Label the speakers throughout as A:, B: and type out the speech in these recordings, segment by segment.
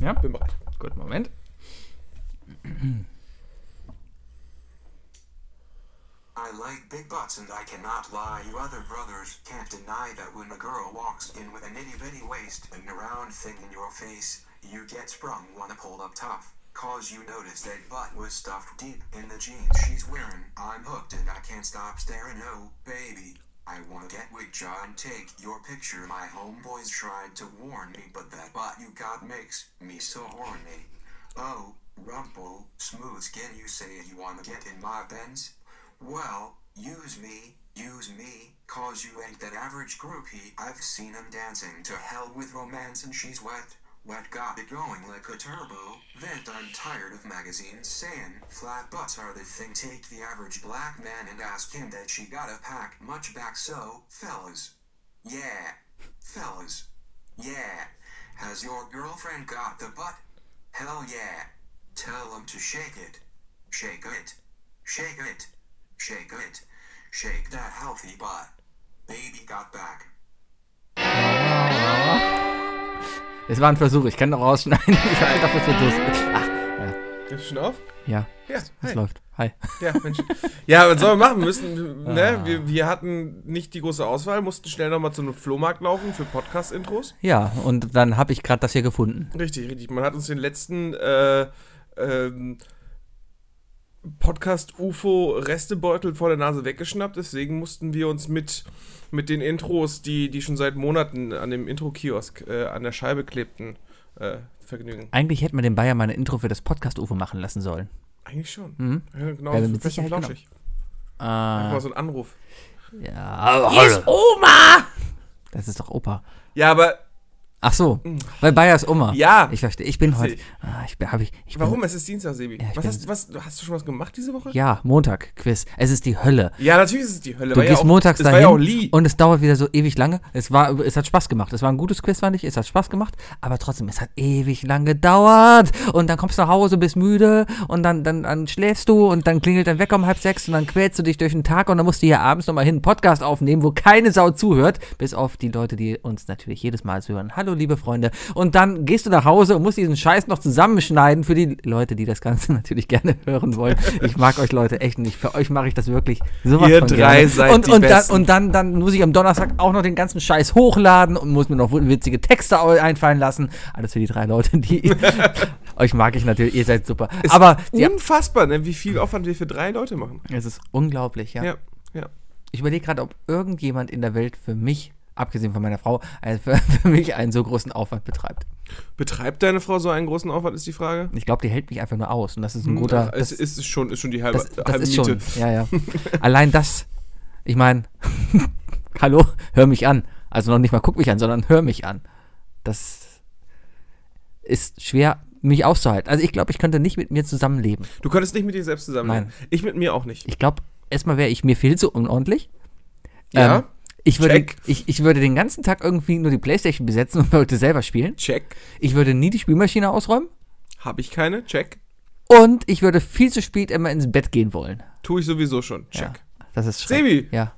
A: Ja?
B: Bin bereit.
A: Gut, Moment.
C: I like big butts and I cannot lie. You other brothers can't deny that when a girl walks in with an itty bitty waist and a round thing in your face, you get sprung wanna pull up tough. Cause you notice that butt was stuffed deep in the jeans she's wearing. I'm hooked and I can't stop staring. Oh, baby. I wanna get with John, take your picture. My homeboys tried to warn me, but that butt you got makes me so horny. Oh, rumple, smooth skin, you say you wanna get in my Benz? Well, use me, use me, cause you ain't that average groupie. I've seen him dancing to hell with romance and she's wet. Wet got it going like a turbo. Vent, I'm tired of magazines saying flat butts are the thing. Take the average black man and ask him that she got a pack much back. So, fellas, yeah, fellas, yeah. Has your girlfriend got the butt? Hell yeah. Tell 'em to shake it. Shake it. Shake it. Shake it. Shake that healthy butt. Baby got back.
A: Es war ein Versuch, ich kann noch rausschneiden. Ich weiß doch, das wird los. Ach,
B: Nimmst du schon auf?
A: ja,
B: Ja,
A: es
B: hi.
A: läuft. Hi.
B: Ja, Mensch. ja, was sollen wir machen? Wir, müssen,
A: Ah.
B: ne? wir, wir hatten nicht die große Auswahl, mussten schnell nochmal zu einem Flohmarkt laufen für Podcast-Intros.
A: Ja, und dann habe ich gerade das hier gefunden.
B: Richtig, richtig. Man hat uns den letzten äh, ähm, Podcast-UFO-Restebeutel vor der Nase weggeschnappt. Deswegen mussten wir uns mit, mit den Intros, die, die schon seit Monaten an dem Intro-Kiosk äh, an der Scheibe klebten, äh, vergnügen.
A: Eigentlich hätten wir den Bayer mal eine Intro für das Podcast-UFO machen lassen sollen.
B: Eigentlich schon.
A: Mhm.
B: Ja, genau,
A: Wäre
B: so
A: mit
B: fest und
A: Sicherheit
B: flauschig. Einfach mal
A: Ah,
B: so ein Anruf.
A: ja. Yes, Oma! Das ist doch Opa.
B: Ja, aber
A: Ach so, weil Bayer ist Oma.
B: Mm. Ja.
A: Ich verstehe, ich bin heute.
B: Richtig.
A: Ah, ich, bin- hab ich, ich bin-
B: warum? Es ist Dienstag, Sebi.
A: Ja, ich
B: was
A: bin-
B: hast, was, hast du schon was gemacht diese Woche?
A: Ja, Montag-Quiz. Es ist die Hölle.
B: Ja, natürlich ist es die Hölle.
A: Du
B: war
A: gehst
B: ja auch,
A: montags
B: es war ja auch
A: dahin
B: Lee.
A: und es dauert wieder so ewig lange. Es, war, es hat Spaß gemacht. Es war ein gutes Quiz, fand ich. Es hat Spaß gemacht. Aber trotzdem, es hat ewig lang gedauert. Und dann kommst du nach Hause, bist müde und dann, dann, dann schläfst du und dann klingelt dein Wecker um halb sechs und dann quälst du dich durch den Tag und dann musst du hier abends nochmal hin einen Podcast aufnehmen, wo keine Sau zuhört. Bis auf die Leute, die uns natürlich jedes Mal hören. Hallo, liebe Freunde. Und dann gehst du nach Hause und musst diesen Scheiß noch zusammenschneiden für die Leute, die das Ganze natürlich gerne hören wollen. Ich mag euch Leute echt nicht. Für euch mache ich das wirklich so
B: Ihr
A: von
B: drei
A: gerne.
B: seid
A: und,
B: die
A: und, dann,
B: Besten.
A: und dann, dann muss ich am Donnerstag auch noch den ganzen Scheiß hochladen und muss mir noch witzige Texte au- einfallen lassen. Alles für die drei Leute, die euch mag ich natürlich, ihr seid super. Aber ja,
B: Unfassbar, ne, wie viel Aufwand wir für drei Leute machen.
A: es ist unglaublich, ja.
B: Ja, ja.
A: Ich überlege gerade, ob irgendjemand in der Welt für mich, abgesehen von meiner Frau, also für, für mich einen so großen Aufwand betreibt.
B: Betreibt deine Frau so einen großen Aufwand, ist die Frage?
A: Ich glaube, die hält mich einfach nur aus und das ist ein guter.
B: Ach, Hm, es
A: das-
B: ist, ist, schon, ist schon die halbe,
A: Das, das
B: halbe
A: ist
B: Miete.
A: schon. Ja, ja. Allein das, ich meine, hallo, hör mich an. Also noch nicht mal guck mich an, sondern hör mich an. Das ist schwer, mich auszuhalten. Also ich glaube, ich könnte nicht mit mir zusammenleben.
B: Du könntest nicht mit dir selbst zusammen.
A: Nein.
B: sein. Ich mit mir auch nicht.
A: Ich glaube, erstmal wäre ich mir viel zu unordentlich.
B: Ja.
A: Ähm, ich, würde,
B: check.
A: ich, ich würde den ganzen Tag irgendwie nur die Playstation besetzen und wollte selber spielen.
B: Check.
A: Ich würde nie die Spielmaschine ausräumen.
B: Habe ich keine? Check.
A: Und ich würde viel zu spät immer ins Bett gehen wollen.
B: Tue ich sowieso schon. Check.
A: Ja, das ist schreck-
B: Sebi!
A: Ja.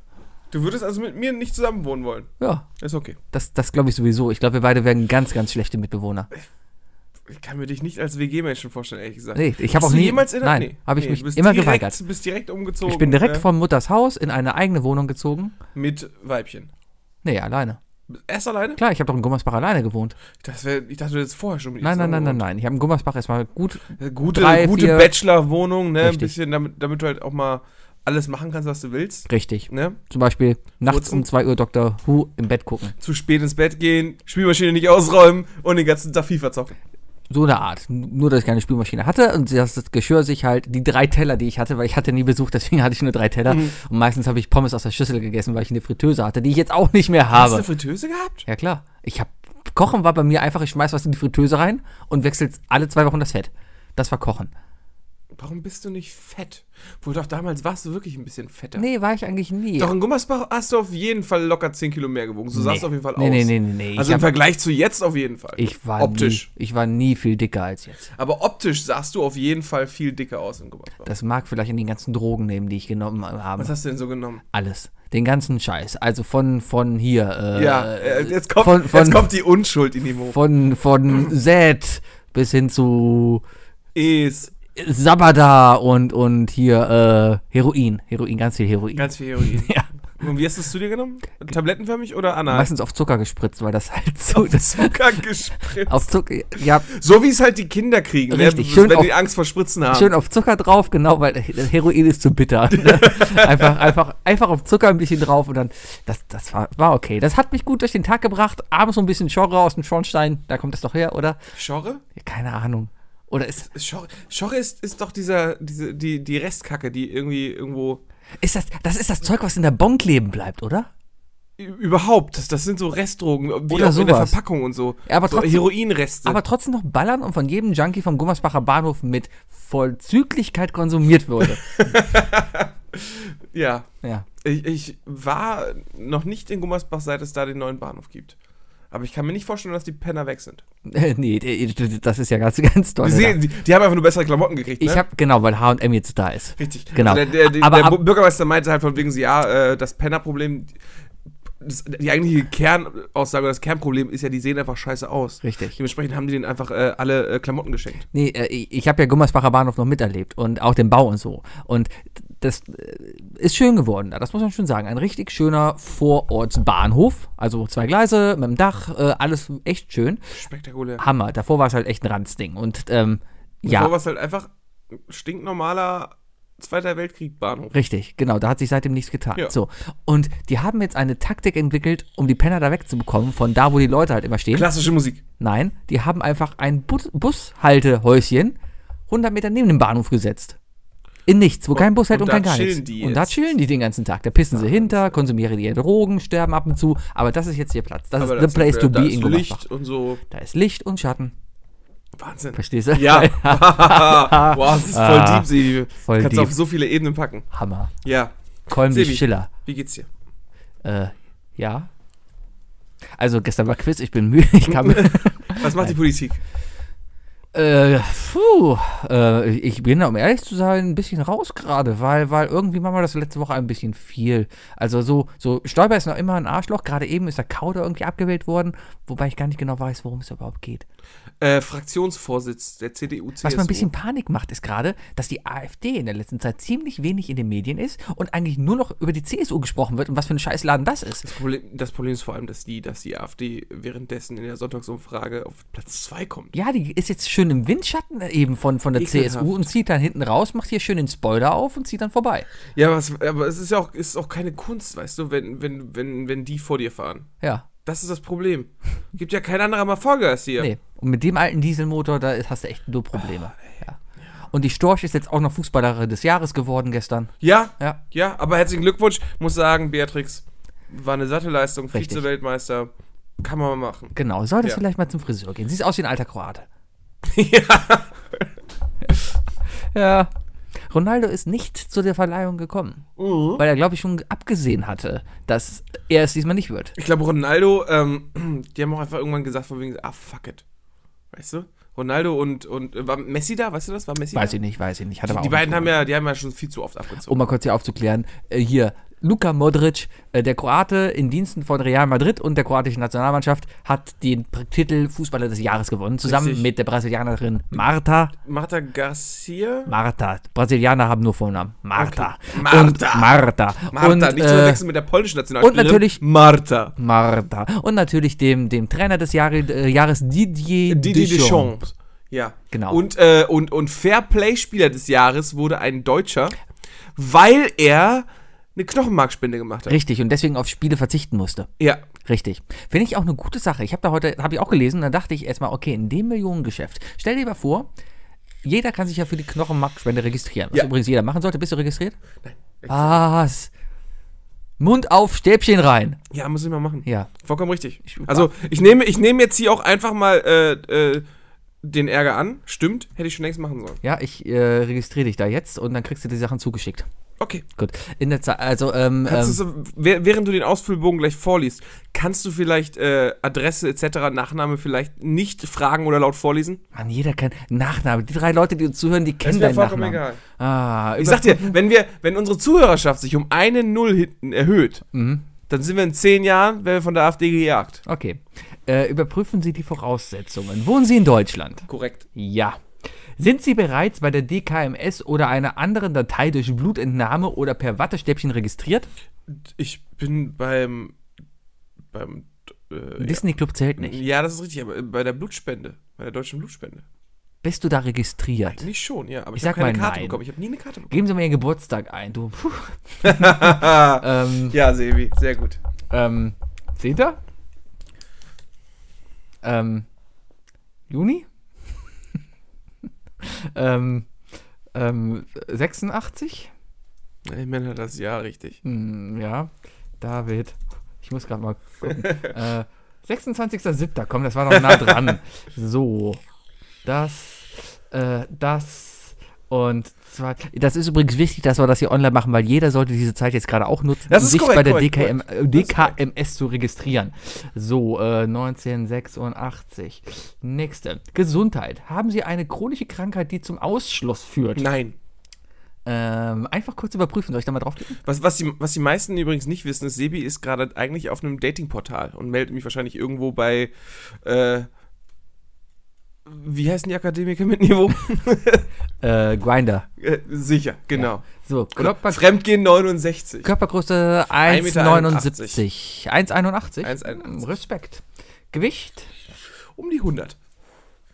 B: Du würdest also mit mir nicht zusammen wohnen wollen.
A: Ja,
B: Ist okay.
A: Das, das glaube ich sowieso. Ich glaube, wir beide werden ganz, ganz schlechte Mitbewohner.
B: Ich kann mir dich nicht als WG-Menschen vorstellen, ehrlich gesagt.
A: Nee, ich habe auch
B: Bist du
A: nie.
B: jemals in der-
A: nein,
B: nee.
A: habe ich
B: Nee,
A: mich
B: du bist
A: immer
B: direkt,
A: geweigert.
B: Du bist direkt umgezogen.
A: Ich bin direkt
B: ne?
A: von Mutters Haus in eine eigene Wohnung gezogen.
B: Mit Weibchen.
A: Nee, alleine.
B: Erst alleine?
A: Klar, ich habe doch in Gummersbach alleine gewohnt.
B: Das wär, ich dachte, du hättest vorher schon mit ihr
A: Nein, nein, nein,
B: zusammen
A: nein,
B: gewohnt.
A: nein. Ich habe in Gummersbach erstmal gut.
B: Gute,
A: Drei,
B: gute
A: vier-
B: Bachelor-Wohnung, ne? Ein
A: Richtig.
B: bisschen, damit, damit du halt auch mal alles machen kannst, was du willst.
A: Richtig.
B: Ne?
A: Zum Beispiel nachts
B: Wurzeln?
A: um 2 Uhr Dr. Who im Bett gucken.
B: Zu spät ins Bett gehen, Spielmaschine nicht ausräumen und den ganzen Tag FIFA zocken.
A: So eine Art. Nur, dass ich keine Spülmaschine hatte und dass das Geschirr sich halt, die drei Teller, die ich hatte, weil ich hatte nie Besuch, deswegen hatte ich nur drei Teller. Und meistens habe ich Pommes aus der Schüssel gegessen, weil ich eine Fritteuse hatte, die ich jetzt auch nicht mehr habe.
B: Hast du eine Fritteuse gehabt?
A: Ja, klar. Ich hab, Kochen war bei mir einfach, ich schmeiß was in die Fritteuse rein und wechselt alle zwei Wochen das Fett. Das war Kochen.
B: Warum bist du nicht fett? Wohl doch damals warst du wirklich ein bisschen fetter.
A: Nee, war ich eigentlich nie.
B: Doch, in Gummersbach hast du auf jeden Fall locker 10 Kilo mehr gewogen. So sahst du auf jeden Fall
A: Nee,
B: aus.
A: nee, nee, nee, nee. Ich
B: Also im
A: hab-
B: Vergleich zu jetzt auf jeden Fall.
A: Ich war,
B: optisch.
A: Nie, ich war nie viel dicker als jetzt.
B: Aber optisch sahst du auf jeden Fall viel dicker aus in Gummersbach.
A: Das mag vielleicht an den ganzen Drogen nehmen, die ich genommen habe.
B: Was hast du denn so genommen?
A: Alles. Den ganzen Scheiß. Also von, von hier. Äh,
B: ja, äh, jetzt, kommt,
A: von, von,
B: jetzt kommt die Unschuld in die Mo.
A: Von, von Z bis hin zu
B: Es.
A: Sabada und, und hier äh, Heroin. Heroin, ganz viel Heroin.
B: Ganz viel Heroin.
A: ja.
B: Und wie hast du es zu dir genommen? Tablettenförmig oder anal?
A: Meistens auf Zucker gespritzt, weil das halt so. Das,
B: Zucker gespritzt.
A: auf Zucker. Ja,
B: So wie es halt die Kinder kriegen, ne?
A: Richtig, schön
B: wenn
A: auf-
B: die Angst vor Spritzen haben.
A: Schön auf Zucker drauf, genau, weil das Heroin ist zu bitter. ne? einfach, einfach, einfach auf Zucker ein bisschen drauf und dann, das, das war, war okay. Das hat mich gut durch den Tag gebracht. Abends so ein bisschen Schorre aus dem Schornstein, da kommt das doch her, oder?
B: Schorre?
A: Ja, Keine Ahnung. Oder ist,
B: Schorre, Schorre ist, ist doch dieser, diese, die, die Restkacke, die irgendwie irgendwo.
A: ist das, das ist das Zeug, was in der Bon kleben bleibt, oder?
B: Ü- Überhaupt, das, das sind so Restdrogen, wie
A: Oder
B: auch in der
A: sowas.
B: Verpackung und so.
A: Ja, aber
B: so
A: trotzdem-
B: Heroinreste.
A: Aber trotzdem noch ballern und von jedem Junkie vom Gummersbacher Bahnhof mit Vollzüglichkeit konsumiert wurde.
B: ja.
A: ja.
B: Ich, ich war noch nicht in Gummersbach, seit es da den neuen Bahnhof gibt. Aber ich kann mir nicht vorstellen, dass die Penner weg sind.
A: Äh, nee, äh, das ist ja ganz, ganz toll.
B: Die, sehen, die, die haben einfach nur bessere Klamotten gekriegt, ne?
A: ich habe genau, weil H&M jetzt da ist.
B: Richtig.
A: Genau.
B: Also der der, der,
A: Aber
B: der
A: ab-
B: Bu- Bürgermeister meinte halt von wegen, so, ja, äh, das Penner-Problem, das, die eigentliche Kernaussage, das Kernproblem ist ja, die sehen einfach scheiße aus.
A: Richtig.
B: Dementsprechend haben die denen einfach äh, alle äh, Klamotten geschenkt.
A: Nee, äh, ich- ich habe ja Gummersbacher Bahnhof noch miterlebt und auch den Bau und so. Und das äh, ist schön geworden da, das muss man schon sagen. Ein richtig schöner Vorortsbahnhof, also zwei Gleise mit dem Dach, äh, alles echt schön.
B: Spektakulär.
A: Hammer, davor war es halt echt ein Ranzding. Und ähm, ja,
B: Davor war es halt einfach ein stinknormaler Zweiter Weltkrieg-Bahnhof.
A: richtig, genau, da hat sich seitdem nichts getan.
B: Ja.
A: So, und die haben jetzt eine Taktik entwickelt, um die Penner da wegzubekommen, von da, wo die Leute halt immer stehen.
B: Klassische Musik.
A: Nein, die haben einfach ein Bu Bushaltehäuschen 100 Meter neben dem Bahnhof gesetzt. In nichts, wo kein Bus hält
B: und
A: und,
B: da
A: kein gar
B: chillen
A: nichts.
B: die
A: Und da
B: jetzt.
A: chillen die den ganzen Tag. Da pissen sie hinter, konsumieren ihre Drogen, sterben ab und zu. Aber das ist jetzt ihr Platz. Das
B: Aber
A: ist the
B: das-
A: place to
B: da
A: be
B: ist
A: in Gummersbach.
B: Licht und so.
A: Da ist Licht und Schatten.
B: Wahnsinn.
A: Verstehst du?
B: Ja. wow, das ist voll
A: Ah,
B: deep, Sebi.
A: voll
B: Kannst
A: deep.
B: auf so viele Ebenen packen.
A: Hammer.
B: Ja.
A: Kolm wie
B: Sebi.
A: Schiller.
B: Wie geht's dir?
A: Äh, ja. Also gestern war Quiz, ich bin müde. Ich kam,
B: Was macht die Politik?
A: äh, puh, äh, ich bin, um ehrlich zu sein, ein bisschen raus gerade, weil, weil irgendwie machen wir das letzte Woche ein bisschen viel. Also so, so Stoiber ist noch immer ein Arschloch, gerade eben ist der Kauder irgendwie abgewählt worden, wobei ich gar nicht genau weiß, worum es überhaupt geht.
B: Äh, Fraktionsvorsitz der CDU, CSU.
A: Was mir ein bisschen Panik macht, ist gerade, dass die AfD in der letzten Zeit ziemlich wenig in den Medien ist und eigentlich nur noch über die CSU gesprochen wird und was für ein Scheißladen das ist.
B: Das Problem, das Problem ist vor allem, dass die, dass die AfD währenddessen in der Sonntagsumfrage auf Platz 2 kommt.
A: Ja, die ist jetzt schön im Windschatten äh, eben von, von der
B: Ekelhaft.
A: CSU und zieht dann hinten raus, macht hier schön den Spoiler auf und zieht dann vorbei.
B: Ja, was, aber es ist ja auch, ist auch keine Kunst, weißt du, wenn, wenn, wenn, wenn die vor dir fahren.
A: Ja.
B: Das ist das Problem. Gibt ja kein anderer mal Vollgas hier.
A: Nee. Und mit dem alten Dieselmotor, da ist- hast du echt nur
B: Ah,
A: Probleme. ja. Und die Storch ist jetzt auch noch Fußballerin des Jahres geworden gestern.
B: Ja,
A: Ja.
B: ja, aber herzlichen Glückwunsch. Muss sagen, Beatrix war eine satte Leistung,
A: Richtig.
B: Vize-Weltmeister. Kann man mal machen.
A: Genau. Solltest
B: Ja.
A: vielleicht mal zum Friseur gehen. Siehst aus wie ein alter Kroate.
B: ja.
A: Ja. Ronaldo ist nicht zu der Verleihung gekommen,
B: Mhm.
A: weil er, glaube ich, schon abgesehen hatte, dass er es diesmal nicht wird.
B: Ich glaube, Ronaldo, ähm, die haben auch einfach irgendwann gesagt, von wegen, ah, fuck it. Weißt du? Ronaldo und, und äh, war Messi da? Weißt du das? War Messi
A: Weiß
B: da?
A: ich nicht, weiß ich nicht. Hat aber
B: Die
A: auch
B: beiden
A: nicht
B: haben ja, die haben ja schon viel zu oft abgezogen.
A: um mal kurz hier aufzuklären, äh, hier Luka Modric, äh, der Kroate in Diensten von Real Madrid und der kroatischen Nationalmannschaft, hat den Pr- Titel Fußballer des Jahres gewonnen, zusammen
B: Richtig.
A: mit der Brasilianerin Marta.
B: Marta Garcia?
A: Marta. Brasilianer haben nur Vornamen. Marta.
B: Okay. Marta.
A: Und Marta.
B: Marta,
A: und,
B: nicht zu
A: äh,
B: verwechseln mit der polnischen Nationalspielerin.
A: natürlich-
B: Marta.
A: Marta. Und natürlich dem, dem Trainer des Jahre, äh, Jahres Didier,
B: Didi Deschamps. Ja.
A: Genau.
B: Und, äh, und, und Fairplay-Spieler des Jahres wurde ein Deutscher, weil er eine Knochenmarkspende gemacht hat.
A: Richtig, und deswegen auf Spiele verzichten musste.
B: Ja.
A: Richtig. Finde ich auch eine gute Sache. Ich habe da heute, habe ich auch gelesen, da dachte ich erstmal, okay, in dem Millionengeschäft. Stell dir mal vor, jeder kann sich ja für die Knochenmarkspende registrieren. Was
B: Ja.
A: übrigens jeder machen sollte. Bist du registriert? Was? Mund auf, Stäbchen rein.
B: Ja, muss ich mal machen.
A: Ja.
B: Vollkommen richtig. Also ich nehme, ich nehme jetzt hier auch einfach mal äh, äh, den Ärger an. Stimmt, hätte ich schon längst machen sollen.
A: Ja, ich äh, registriere dich da jetzt und dann kriegst du die Sachen zugeschickt.
B: Okay.
A: Gut. In der Zeit, also, ähm, ähm,
B: Kannst du, wer- während du den Ausfüllbogen gleich vorliest, kannst du vielleicht äh, Adresse etc., Nachname vielleicht nicht fragen oder laut vorlesen?
A: Mann, jeder kennt Nachname. Die drei Leute, die uns zuhören, die kennen
B: mir
A: deinen
B: vollkommen
A: Nachnamen.
B: egal.
A: Ah,
B: Ich sag dir, wenn, wir, wenn unsere Zuhörerschaft sich um eine Null hinten erhöht,
A: Mhm.
B: dann sind wir in zehn Jahren, werden wir von der AfD gejagt.
A: Okay. Äh, überprüfen Sie die Voraussetzungen. Wohnen Sie in Deutschland?
B: Korrekt.
A: Ja. Sind Sie bereits bei der DKMS oder einer anderen Datei durch Blutentnahme oder per Wattestäbchen registriert?
B: Ich bin beim. beim äh,
A: Disney Club zählt nicht.
B: ja, das ist richtig, aber bei der Blutspende, bei der deutschen Blutspende.
A: Bist du da registriert?
B: Nicht schon, ja, aber ich,
A: Ich
B: habe
A: sag
B: keine
A: mal
B: Karte
A: nein.
B: bekommen. Ich habe nie eine Karte bekommen.
A: Geben Sie mir Ihren Geburtstag ein, du. Puh. ähm,
B: Ah. Ja, Sebi, sehr gut.
A: ähm, seht ihr? Ähm, Juni? ähm, ähm, 86?
B: Ich meine das Jahr richtig.
A: Hm, ja, David. Ich muss gerade mal gucken. äh, 26.07. Komm, das war noch nah dran. So. Das, äh, das und zwar. Das ist übrigens wichtig, dass wir das hier online machen, weil jeder sollte diese Zeit jetzt gerade auch nutzen, um
B: Das ist
A: sich
B: korrekt,
A: bei der
B: korrekt,
A: DKM,
B: korrekt.
A: äh, DKMS zu registrieren. So, äh, 1986. Nächste. Gesundheit. Haben Sie eine chronische Krankheit, die zum Ausschluss führt?
B: Nein.
A: Ähm, einfach kurz überprüfen. Soll ich da mal draufklicken?
B: Was, was, die, was die meisten übrigens nicht wissen, ist, Sebi ist gerade eigentlich auf einem Datingportal und meldet mich wahrscheinlich irgendwo bei. Äh, wie heißen die Akademiker mit Niveau?
A: Äh, Grinder.
B: äh, sicher, genau.
A: So,
B: Oder
A: Körper,
B: Fremdgehen 69.
A: Körpergröße 1,79. 1,81.
B: 1,81.
A: Mm, Respekt. Gewicht,
B: Um die 100.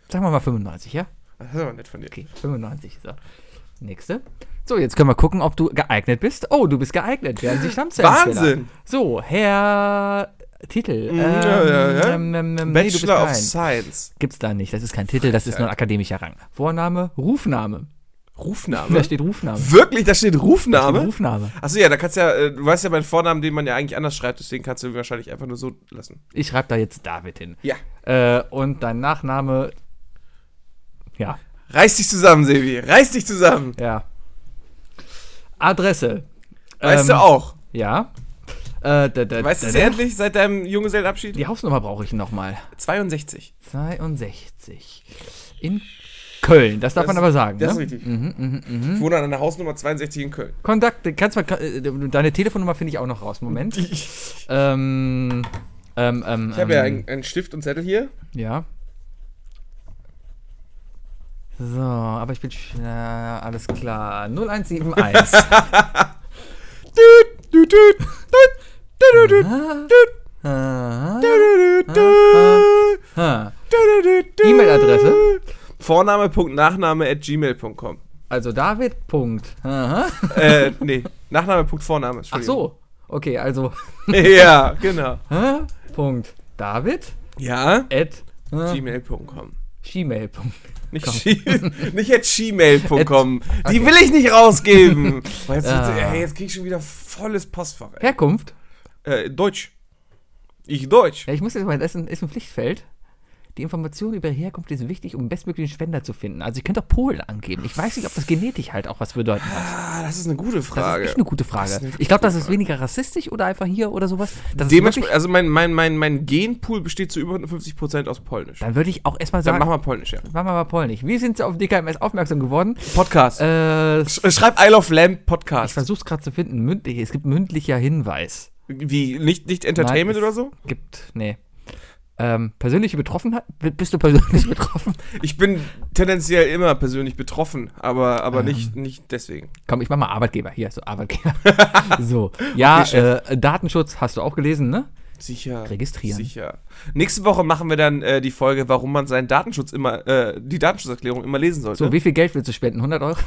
A: sagen wir mal 95, ja?
B: Das ist aber nett von dir.
A: Okay, 95. So. Nächste. So, jetzt können wir gucken, ob du geeignet bist. Oh, du bist geeignet. Werden Sie Stammzellenspieler.
B: Wahnsinn! Mm,
A: So, Herr Titel. Ähm,
B: ja, ja, ja.
A: Ähm, ähm, ähm, nee, du bist
B: Bachelor of
A: kein.
B: Science.
A: Gibt's da nicht. Das ist kein Titel, das ist nur ein akademischer Rang. Vorname, Rufname. Da
B: Rufname?
A: steht Rufname.
B: Wirklich? Da steht Hm? Rufname?
A: Rufname.
B: Achso, ja, da kannst du ja, äh, du weißt ja meinen Vornamen, den man ja eigentlich anders schreibt, deswegen kannst du ihn wahrscheinlich einfach nur so lassen.
A: Ich schreibe da jetzt David hin.
B: Ja.
A: Äh, und dein Nachname. Ja,
B: Reiß dich zusammen, Sebi. Reiß dich zusammen.
A: ja. Adresse.
B: Weißt du
A: Ähm,
B: auch.
A: Ja. Äh, da, da,
B: Weißt du
A: da,
B: es
A: da.
B: endlich seit deinem Junggesellenabschied?
A: Die Hausnummer brauche ich nochmal.
B: 62.
A: 62. In Köln, das darf man aber sagen.
B: Das
A: ne?
B: ist richtig.
A: mhm.
B: Ich wohne an einer Hausnummer 62 in Köln.
A: Kontakte, kannst mal, äh, deine Telefonnummer finde ich auch noch raus. Moment. ähm, ähm, ähm,
B: Ich habe ja
A: ähm,
B: einen, einen Stift und Zettel hier.
A: Ja. So, aber ich bin. sch- Na, alles klar. 0171.
B: Düt, düt, düt, düt, düt, düt,
A: Aha.
B: düt, düt, düt,
A: Ha.
B: düt, düt, düt.
A: E-Mail-Adresse?
B: Vorname.nachname at gmail.com.
A: Also David. Punkt. Aha.
B: Äh, nee. Nachname.vorname.
A: Ach so. Okay, also.
B: Ja, genau.
A: hä? Punkt. David
B: Ja.
A: at äh,
B: Gmail.com.
A: gmail. Punkt.
B: Nicht, G- nicht at gmail.com. Die will ich nicht rausgeben. Boah, jetzt,
A: Ah.
B: ey, jetzt krieg ich schon wieder volles Postfach. Ey.
A: Herkunft.
B: Äh, Deutsch. Ich Deutsch.
A: Ja, ich muss jetzt mal, das ist ein, ist ein Pflichtfeld. Die Information über die Herkunft ist wichtig, um bestmöglichen Spender zu finden. Also, ich könnte auch Polen angeben. Ich weiß nicht, ob das genetisch halt auch was bedeutet.
B: Ah, das ist eine gute
A: Das
B: Frage.
A: ist echt eine gute Frage.
B: eine
A: ich glaube, das ist weniger rassistisch oder einfach hier oder sowas. Das ist
B: Dementsprechend,
A: wirklich-
B: also mein, mein, mein, mein Genpool besteht zu über 50% aus Polnisch.
A: dann würde ich auch erstmal
B: Dann
A: sagen,
B: machen
A: machen
B: wir Polnisch, ja.
A: wir mal polnisch. Wie sind Sie auf DKMS aufmerksam geworden?
B: Podcast.
A: Äh, ich
B: Sch- Schreib Isle of Lamb Podcast.
A: versuche es gerade zu finden. Mündlich, es gibt mündlicher Hinweis.
B: Wie, nicht, nicht Entertainment
A: Nein,
B: oder
A: es
B: so?
A: Gibt, nee. Ähm, persönliche Betroffenheit? B- Bist du persönlich betroffen?
B: Ich bin tendenziell immer persönlich betroffen, aber, aber nicht, nicht deswegen.
A: Komm, ich mach mal Arbeitgeber. Hier, so Arbeitgeber. so, ja,
B: Okay,
A: äh, Datenschutz hast du auch gelesen, ne?
B: Sicher.
A: Registrieren.
B: Sicher. Nächste Woche machen wir dann äh, die Folge, warum man seinen Datenschutz immer, äh, die Datenschutzerklärung immer lesen sollte.
A: So, wie viel Geld willst du spenden? 100 Euro?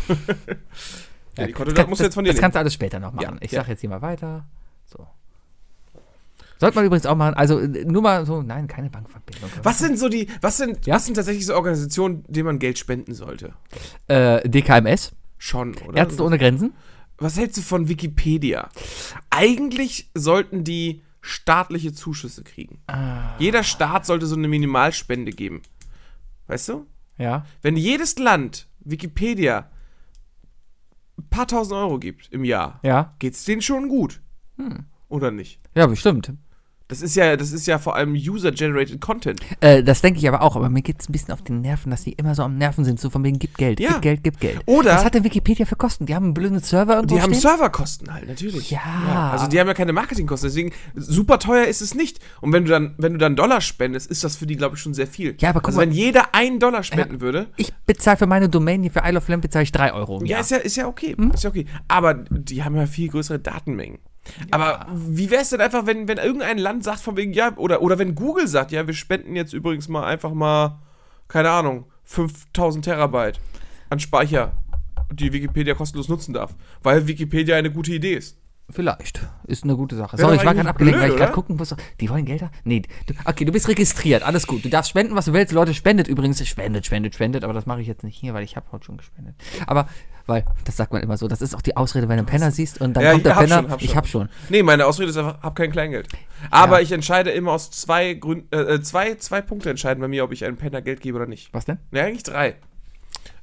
B: ja,
A: Das,
B: die Kontodaten musst du
A: das-
B: jetzt von dir
A: das
B: nehmen.
A: kannst du alles später noch machen.
B: Ja,
A: ich
B: ja.
A: sag jetzt hier mal weiter. So. Sollte man übrigens auch machen. Also äh, nur mal so, nein, keine Bankverbindung.
B: Was sind so die, was sind,
A: Ja?
B: was sind tatsächlich so Organisationen, denen man Geld spenden sollte?
A: Äh, DKMS,
B: Schon, oder?
A: Ärzte ohne Grenzen.
B: Was hältst du von Wikipedia? Eigentlich sollten die staatliche
A: Ah.
B: Zuschüsse kriegen. Jeder Staat sollte so eine Minimalspende geben. Weißt du?
A: Ja.
B: Wenn jedes Land Wikipedia ein paar tausend Euro gibt im Jahr,
A: Ja. Hm.
B: geht's denen schon gut. Oder nicht?
A: Ja, bestimmt.
B: Das ist ja, das ist ja vor allem User-Generated Content.
A: Äh, das denke ich aber auch, aber mir geht es ein bisschen auf den Nerven, dass die immer so am Nerven sind, so von wegen, gib Geld,
B: Ja.
A: gib Geld, gib Geld.
B: Oder-
A: Was hat denn Wikipedia für Kosten? Die haben einen blöden Server irgendwo
B: Die haben
A: stehen?
B: Serverkosten halt, natürlich.
A: Ja.
B: Also die haben ja keine Marketingkosten, deswegen super teuer ist es nicht. Und wenn du dann, wenn du dann Dollar spendest, ist das für die, glaube ich, schon sehr viel.
A: Ja, aber guck
B: also
A: mal-
B: wenn jeder einen Dollar spenden würde,
A: Ich bezahle für meine Domain hier für Isle of Lamp bezahle ich 3 Euro. im
B: ja,
A: Jahr.
B: ist ja, ist ja okay.
A: Mhm.
B: Ist ja okay. Aber die haben ja viel größere Datenmengen. Aber wie wäre es denn einfach, wenn, wenn irgendein Land sagt von wegen, ja, oder, oder wenn Google sagt, ja, wir spenden jetzt übrigens mal einfach mal, keine Ahnung, 5000 Terabyte an Speicher, die Wikipedia kostenlos nutzen darf, weil Wikipedia eine gute Idee ist.
A: Vielleicht. Ist eine gute Sache.
B: Wär
A: Sorry,
B: doch
A: ich war
B: eigentlich
A: gerade abgelenkt,
B: blöd,
A: weil ich gerade
B: oder?
A: gucken musste. Die wollen Gelder? Nee. Du, okay, du bist registriert. Alles gut. Du darfst spenden, was du willst. Leute, spendet übrigens. Spendet, spendet, spendet. Aber das mache ich jetzt nicht hier, weil ich habe heute schon gespendet. Aber, weil, das sagt man immer so. Das ist auch die Ausrede, wenn du einen Penner siehst und dann
B: Ja,
A: kommt
B: ich
A: der
B: hab
A: Penner.
B: schon, hab
A: ich
B: schon.
A: habe schon.
B: Nee, meine Ausrede ist einfach, hab kein Kleingeld. Aber
A: Ja.
B: ich entscheide immer aus zwei Gründen, äh, zwei, zwei Punkte entscheiden bei mir, ob ich einem Penner Geld gebe oder nicht.
A: Was denn?
B: Ne, eigentlich drei.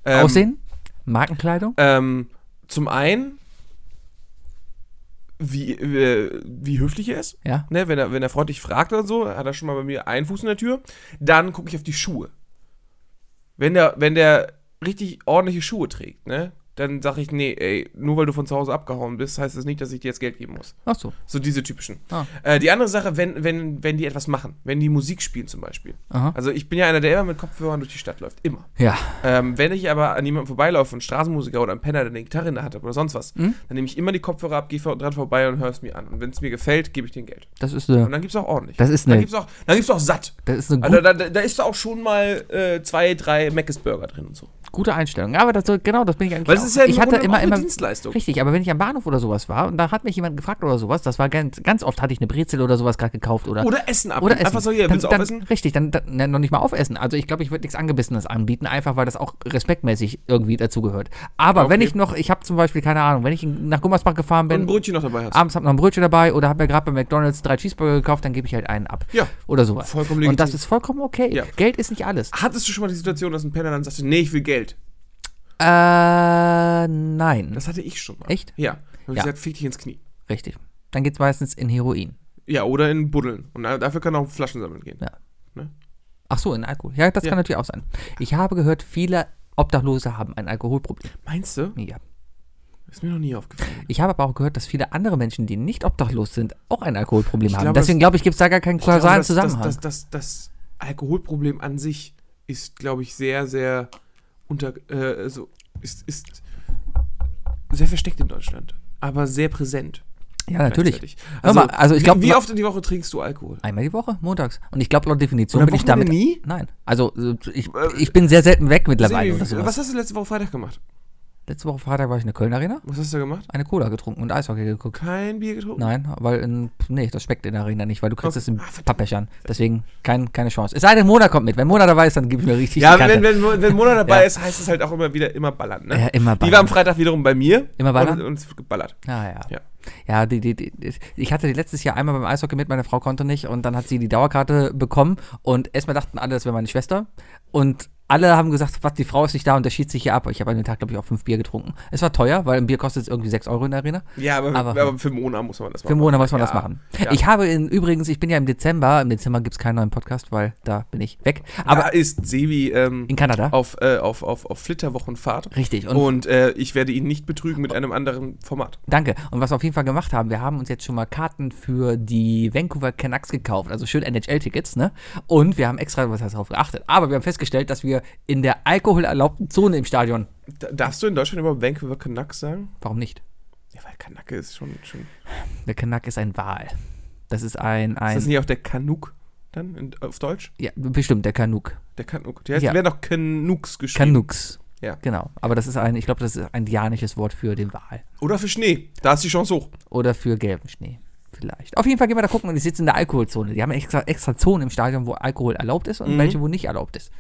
B: Ähm,
A: Aussehen? Markenkleidung?
B: Ähm, zum einen, wie, äh, wie höflich er ist.
A: Ja.
B: Ne, wenn, er, wenn er freundlich fragt oder so, hat er schon mal bei mir einen Fuß in der Tür. Dann gucke ich auf die Schuhe. Wenn der, wenn der richtig ordentliche Schuhe trägt, ne, dann sage ich, nee, ey, nur weil du von zu Hause abgehauen bist, heißt das nicht, dass ich dir jetzt Geld geben muss.
A: Ach so.
B: So diese typischen.
A: Ah.
B: Äh, die andere Sache, wenn, wenn, wenn die etwas machen, wenn die Musik spielen zum Beispiel.
A: Aha.
B: Also ich bin ja einer, der immer mit Kopfhörern durch die Stadt läuft. Immer.
A: Ja.
B: Ähm, wenn ich aber an jemandem vorbeilaufe, einen Straßenmusiker oder einen Penner, der eine Gitarre in der Hand hat oder sonst was,
A: Mhm.
B: dann nehme ich immer die Kopfhörer ab, gehe vor- dran vorbei und höre es mir an. Und wenn es mir gefällt, gebe ich den Geld.
A: Das ist eine.
B: Und dann gibt es auch ordentlich.
A: Das ist
B: dann
A: ne-
B: gibt's auch, Dann gibt es auch satt.
A: Das ist eine
B: Also
A: gut,
B: da, da, da ist auch schon mal äh, zwei, drei Mc's Burger drin und so.
A: gute Einstellung. Ja, aber das, so- genau, das bin ich eigentlich.
B: Weil es
A: auch.
B: ist ja im
A: ich hatte
B: Grunde auch
A: immer,
B: eine
A: immer
B: Dienstleistung.
A: Richtig, aber wenn ich am Bahnhof oder sowas war und da hat mich jemand gefragt oder sowas, das war ganz, ganz oft, hatte ich eine Brezel oder sowas gerade gekauft oder.
B: Oder Essen ab.
A: Oder Essen.
B: Einfach so, hier, willst du auch
A: dann,
B: essen?
A: Richtig, dann, dann ne, noch nicht mal aufessen. Also ich glaube, ich würde nichts Angebissenes anbieten, einfach weil das auch respektmäßig irgendwie dazugehört. Aber wenn
B: Okay.
A: ich noch, ich habe zum Beispiel, keine Ahnung, wenn ich in- nach Gummersbach gefahren
B: Und ein
A: bin,
B: Brötchen noch dabei hast.
A: abends habe noch ein Brötchen dabei oder habe mir gerade bei McDonalds drei Cheeseburger gekauft, dann gebe ich halt einen ab.
B: Ja.
A: Oder sowas.
B: Vollkommen
A: Und das
B: legitim.
A: ist vollkommen okay.
B: Ja.
A: Geld ist nicht alles.
B: Hattest du schon mal die Situation, dass ein Penner dann sagte, nee, ich will Geld?
A: Äh, nein.
B: Das hatte ich schon mal.
A: Echt?
B: Ja. Dann habe ich
A: Ja.
B: gesagt, fick dich ins Knie.
A: Richtig. Dann geht's meistens in Heroin.
B: Ja, oder in Buddeln. Und da- dafür kann auch Flaschen sammeln gehen.
A: Ja.
B: Ne?
A: Ach so, in Alkohol. Ja, das
B: Ja.
A: kann natürlich auch sein. Ich habe gehört, viele Obdachlose haben ein Alkoholproblem.
B: Meinst du?
A: Ja.
B: Ist mir noch nie aufgefallen.
A: Ich habe aber auch gehört, dass viele andere Menschen, die nicht obdachlos sind, auch ein Alkoholproblem haben.
B: glaube,
A: Deswegen glaube ich, gibt es da gar keinen
B: Ich glaube,
A: kausalen
B: das-
A: Zusammenhang.
B: Das, das, das, das Alkoholproblem an sich ist, glaube ich, sehr, sehr unter. Äh, also ist, ist sehr versteckt in Deutschland, aber sehr präsent.
A: ja, natürlich.
B: gleichzeitig. Also,
A: mal, also ich glaub,
B: wie, wie
A: ma-
B: oft in die Woche trinkst du Alkohol?
A: Einmal die Woche, montags. Und ich glaube, laut Definition
B: Und am
A: bin ich
B: Wochenende
A: damit.
B: nie?
A: Nein. Also äh, ich, ich bin sehr selten weg mittlerweile
B: Sebi,
A: oder sowas.
B: was hast du letzte Woche Freitag gemacht?
A: Letzte Woche Freitag war ich in der Köln Arena,
B: Was hast du da gemacht?
A: eine Cola getrunken und Eishockey geguckt.
B: Kein Bier getrunken?
A: Nein, weil in, nee, das schmeckt in der Arena nicht, weil du kriegst
B: Okay.
A: es in
B: Ah, verdammt.
A: Pappbechern. Deswegen kein, keine Chance. Es sei denn, Mona kommt mit. Wenn Mona dabei ist, dann gebe ich mir richtig
B: Ja,
A: die Kante.
B: wenn, wenn, wenn Mona dabei
A: Ja.
B: ist, heißt es halt auch immer wieder immer ballern. Ne?
A: Ja, immer
B: Die
A: ballern.
B: war am Freitag wiederum bei mir.
A: Immer ballern?
B: Und, und es wird geballert.
A: Ah, ja.
B: Ja.
A: Ja, die, die, die, ich hatte die letztes Jahr einmal beim Eishockey mit, meine Frau konnte nicht und dann hat sie die Dauerkarte bekommen und erstmal dachten alle, das wäre meine Schwester und alle haben gesagt, was, die Frau ist nicht da und der schießt sich hier ab. Ich habe an dem Tag, glaube ich, auch fünf Bier getrunken. Es war teuer, weil ein Bier kostet jetzt irgendwie sechs Euro in der Arena.
B: Ja, aber, aber,
A: Aber-
B: für Mona muss man das
A: Für
B: machen.
A: Monat muss man das
B: Ja.
A: machen.
B: Ja.
A: Ich habe in, übrigens, ich bin ja im Dezember, im Dezember gibt es keinen neuen Podcast, weil da bin ich weg. Aber
B: da ist Sebi ähm,
A: in Kanada.
B: auf, äh, auf, auf, auf Flitterwochenfahrt.
A: Richtig.
B: Und,
A: Und
B: äh, ich werde ihn nicht betrügen mit einem anderen Format.
A: Danke. Und was wir auf jeden Fall gemacht haben, wir haben uns jetzt schon mal Karten für die Vancouver Canucks gekauft, also schön NHL-Tickets, ne? Und wir haben extra was heißt, darauf geachtet. Aber wir haben festgestellt, dass wir in der alkoholerlaubten Zone im Stadion.
B: Da, darfst du in Deutschland überhaupt Vancouver Canucks sagen?
A: Warum nicht?
B: Ja, weil Kanacke ist schon. schon
A: Der Canuck ist ein Wal. Das ist ein,
B: ist
A: ein
B: das nicht auch der Kanuk dann in, auf Deutsch?
A: ja, bestimmt der Canuck.
B: Der Kanuk. Die heißt,
A: Ja.
B: werden doch Canucks geschrieben.
A: Canucks.
B: Ja.
A: Genau. Aber das ist ein, ich glaube, das ist ein dianisches Wort für den Wal.
B: Oder für Schnee. Da ist die Chance hoch.
A: Oder für gelben Schnee. Vielleicht. Auf jeden Fall gehen wir da gucken und ich sitze in der Alkoholzone. Die haben extra, extra Zonen im Stadion, wo Alkohol erlaubt ist und welche, wo nicht erlaubt ist.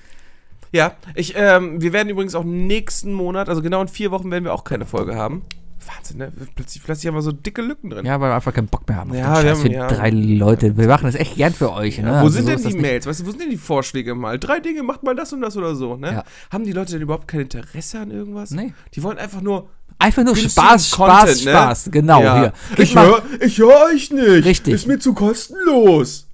B: Ja, ich, ähm, wir werden übrigens auch nächsten Monat, also genau in vier Wochen, werden wir auch keine Folge haben. Wahnsinn, ne? Plötzlich, plötzlich haben wir so dicke Lücken drin.
A: Ja, weil wir einfach keinen Bock mehr haben. auf
B: Ja,
A: den
B: wir
A: Scheiß
B: haben-
A: für
B: ja.
A: drei Leute. Wir machen das echt gern für euch. Ne?
B: Wo
A: Also
B: sind
A: so
B: denn
A: ist
B: die
A: das nicht.
B: Mails? Weißt du, wo sind denn die Vorschläge mal? Drei Dinge, macht mal das und das oder so, ne?
A: Ja.
B: Haben die Leute denn überhaupt kein Interesse an irgendwas?
A: Nee.
B: Die wollen einfach nur
A: Einfach nur
B: günstigen
A: Spaß, Spaß,
B: Content, ne?
A: Spaß. Genau,
B: Ja.
A: hier. Gib
B: Ich
A: mal,
B: höre ich hör euch nicht.
A: Richtig.
B: Ist mir zu kostenlos.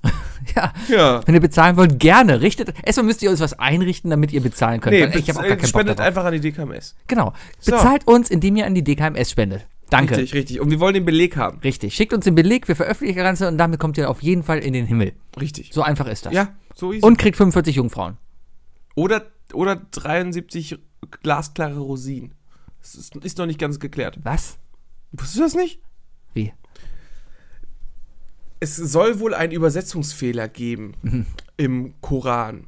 A: ja.
B: Ja.
A: Wenn ihr bezahlen wollt, gerne. Richtet. Erstmal müsst ihr uns was einrichten, damit ihr bezahlen könnt.
B: Nee,
A: weil ich habe auch
B: bez-
A: gar
B: äh,
A: keinen Bock
B: spendet
A: darauf.
B: einfach an die DKMS.
A: Genau. Bezahlt uns, indem ihr an die DKMS spendet. Danke.
B: Richtig, richtig. Und wir wollen den Beleg haben.
A: Richtig. Schickt uns den Beleg, wir veröffentlichen das Ganze und damit kommt ihr auf jeden Fall in den Himmel.
B: Richtig.
A: So einfach ist das.
B: Ja, so easy.
A: Und kriegt 45 Jungfrauen.
B: Oder, oder 73 glasklare Rosinen. Das ist, ist noch nicht ganz geklärt.
A: Was?
B: Wusstest du das nicht?
A: Wie?
B: Es soll wohl einen Übersetzungsfehler geben im Koran,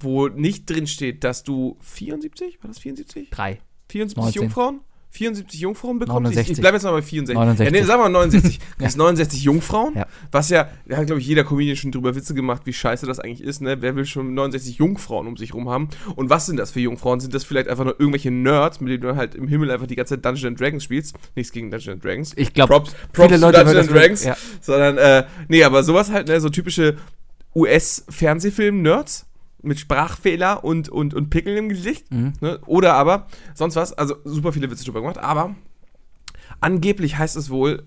B: wo nicht drin steht, dass du 74, war das 74?
A: Drei.
B: 74
A: 19.
B: Jungfrauen? 74 Jungfrauen bekommst
A: 69.
B: Ich, ich bleibe jetzt mal bei 64.
A: 69.
B: Ja, nee, sagen wir mal 69. Du hast 69 Jungfrauen,
A: Ja.
B: was ja, da hat glaube ich jeder Comedian schon drüber Witze gemacht, wie scheiße das eigentlich ist, ne? Wer will schon 69 Jungfrauen um sich rum haben? Und was sind das für Jungfrauen? Sind das vielleicht einfach nur irgendwelche Nerds, mit denen du halt im Himmel einfach die ganze Zeit Dungeons and Dragons spielst? Nichts gegen Dungeons and Dragons.
A: Ich glaub,
B: Props,
A: viele
B: Props
A: Leute
B: Leute
A: würden
B: Dungeons and
A: das-
B: Dragons.
A: ja.
B: Sondern, äh, nee, aber sowas halt, ne? So typische US-Fernsehfilm-Nerds mit Sprachfehler und, und, und Pickeln im Gesicht.
A: Mhm.
B: Ne? Oder aber sonst was. Also super viele Witze drüber gemacht. Aber angeblich heißt es wohl,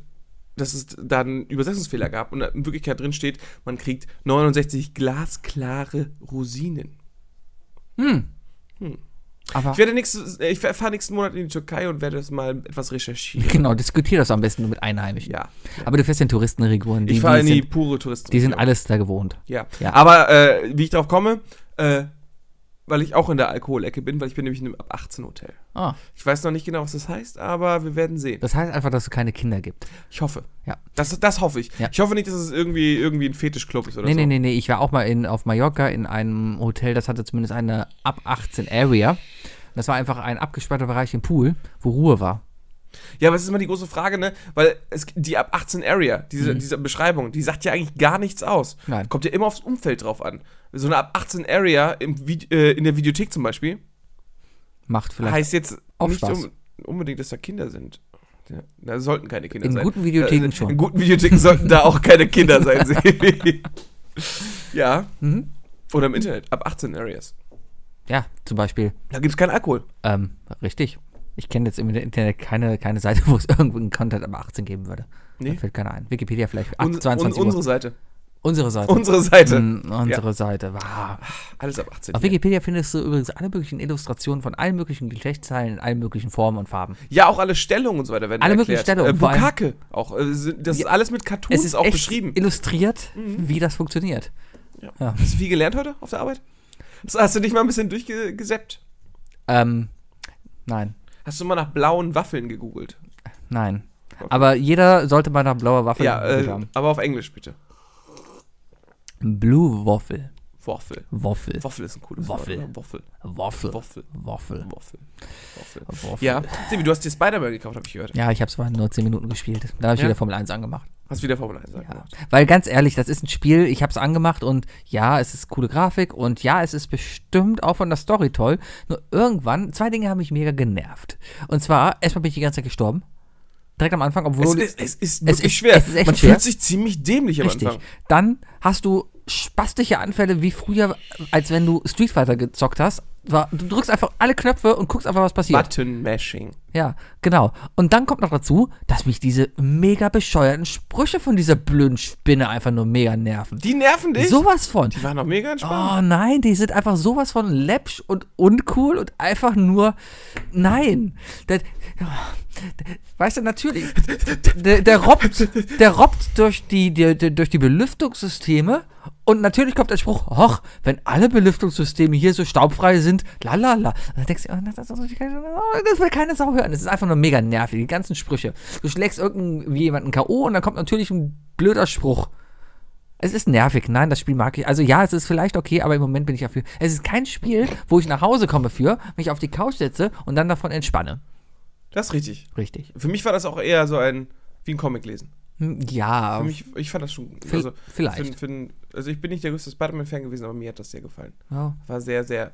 B: dass es da einen Übersetzungsfehler gab und in Wirklichkeit drin steht, man kriegt 69 glasklare Rosinen.
A: Aber
B: Ich werde nächstes, äh, ich fahre nächsten Monat in die Türkei und werde das mal etwas recherchieren.
A: genau, diskutier das am besten mit Einheimischen.
B: Ja.
A: Aber du fährst in Touristenregionen.
B: Ich fahre in die
A: sind,
B: pure Touristen.
A: die sind alles da gewohnt.
B: Ja.
A: Ja.
B: Aber äh, wie ich darauf komme, äh, weil ich auch in der Alkoholecke bin, weil ich bin nämlich in einem ab 18 Hotel.
A: Ah,
B: Ich weiß noch nicht genau, was das heißt, aber wir werden sehen.
A: das heißt einfach, dass es keine Kinder gibt.
B: Ich hoffe.
A: Ja.
B: Das, das hoffe ich.
A: Ja.
B: Ich hoffe nicht, dass es irgendwie, irgendwie ein Fetischclub ist oder
A: Nee,
B: so.
A: nee, nee, nee. Ich war auch mal in, auf Mallorca in einem Hotel, das hatte zumindest eine ab 18 Area. Und Das war einfach ein abgesperrter Bereich im Pool, wo Ruhe war.
B: Ja, aber es ist immer die große Frage, ne? Weil es, die ab 18 Area, diese, diese Beschreibung, die sagt ja eigentlich gar nichts aus.
A: Mhm. Nein.
B: Kommt ja immer aufs Umfeld drauf an. So eine ab 18 Area im, Vi- äh, in der Videothek zum Beispiel
A: Macht vielleicht.
B: heißt jetzt
A: auch
B: nicht
A: Spaß.
B: um, unbedingt, dass da Kinder sind. Ja, da sollten keine Kinder
A: In
B: sein.
A: guten Videotheken
B: Da- in,
A: schon.
B: In guten Videotheken sollten da auch keine Kinder sein. Sebi. ja.
A: Mhm.
B: Oder im Internet, ab 18 Areas.
A: ja, zum Beispiel.
B: Da gibt es keinen Alkohol.
A: Ähm, richtig. Ich kenne jetzt im Internet keine, keine Seite, wo es irgendeinen Content ab 18 geben würde.
B: Nee.
A: Da fällt keiner ein. Wikipedia vielleicht ab
B: Un, un,
A: 22 Uhr.
B: unsere Seite.
A: unsere Seite.
B: Unsere Seite.
A: Mm, unsere Seite. Wow.
B: Alles ab 18.
A: Auf Wikipedia findest du übrigens alle möglichen Illustrationen von allen möglichen Geschlechtsteilen in allen möglichen Formen und Farben.
B: Ja, auch alle Stellungen und so weiter werden
A: Alle
B: erklärt.
A: möglichen Stellungen,
B: Äh,
A: vor allem.
B: Bukake auch. Äh, sind- Das ist alles mit Cartoons
A: es ist
B: auch
A: echt
B: beschrieben. Mhm.
A: illustriert, wie das funktioniert.
B: Hast du viel gelernt heute auf der Arbeit? Hast- Hast du dich mal ein bisschen durchgesäppt?
A: Ähm, nein,
B: Hast du mal nach blauen Waffeln gegoogelt?
A: nein. Aber jeder sollte mal nach blauer Waffe
B: Ja,
A: gegoogelt
B: äh,
A: haben.
B: aber auf Englisch bitte.
A: Blue Waffle.
B: Waffel.
A: Waffle.
B: Waffel ist ein cooles
A: Waffel.
B: Wort. oder? Waffel.
A: Waffle.
B: Waffel.
A: Waffle.
B: Waffel. Waffel.
A: Waffle.
B: Ja, Sebi, du hast dir Spider-Man gekauft, habe ich gehört.
A: Ja, ich habe es mal nur 10 Minuten gespielt. Da habe ich
B: Ja?
A: wieder Formel 1 angemacht.
B: Hast wieder Formel 1
A: Ja.
B: gemacht.
A: Weil ganz ehrlich, das ist ein Spiel, ich habe es angemacht und ja, es ist coole Grafik und ja, es ist bestimmt auch von der Story toll. Nur irgendwann, zwei Dinge haben mich mega genervt. Und zwar, erstmal bin ich die ganze Zeit gestorben. Direkt am Anfang,
B: Es,
A: obwohl.
B: ist- es
A: Es
B: ist wirklich
A: ist-
B: schwer.
A: es ist echt
B: Man
A: schwer.
B: fühlt sich ziemlich dämlich am
A: Richtig.
B: Anfang.
A: Dann hast du spastische Anfälle wie früher, als wenn du Street Fighter gezockt hast. War- Du drückst einfach alle Knöpfe und guckst einfach, was passiert.
B: Button-Mashing.
A: Ja, genau. Und dann kommt noch dazu, dass mich diese mega bescheuerten Sprüche von dieser blöden Spinne einfach nur mega nerven.
B: Die nerven dich?
A: Sowas von.
B: Die waren doch mega entspannt.
A: Oh nein, die sind einfach sowas von läppsch und uncool und einfach nur. Nein. Das, weißt du, natürlich. Der, der, robbt, der robbt durch die, die, die, durch die Belüftungssysteme und natürlich kommt der Spruch, hoch, wenn alle Belüftungssysteme hier so staubfrei sind, lalala. Und dann denkst du, oh, das, das, das, das will keine Sau hören. Das ist einfach nur mega nervig, die ganzen Sprüche. Du schlägst irgendwie jemanden K.O. und dann kommt natürlich ein blöder Spruch. Es ist nervig, nein, das Spiel mag ich. Also ja, es ist vielleicht okay, aber im Moment bin ich dafür. Es ist kein Spiel, wo ich nach Hause komme für, mich auf die Couch setze und dann davon entspanne. Oh.
B: Das ist richtig.
A: Richtig.
B: Für mich war das auch eher so ein, wie ein Comic lesen.
A: Hm, Ja,
B: Für mich, ich fand das schon,
A: vi-
B: also,
A: vielleicht.
B: Für, für, also ich bin nicht der größte Spider-Man-Fan gewesen, aber mir hat das sehr gefallen.
A: ja,
B: War sehr, sehr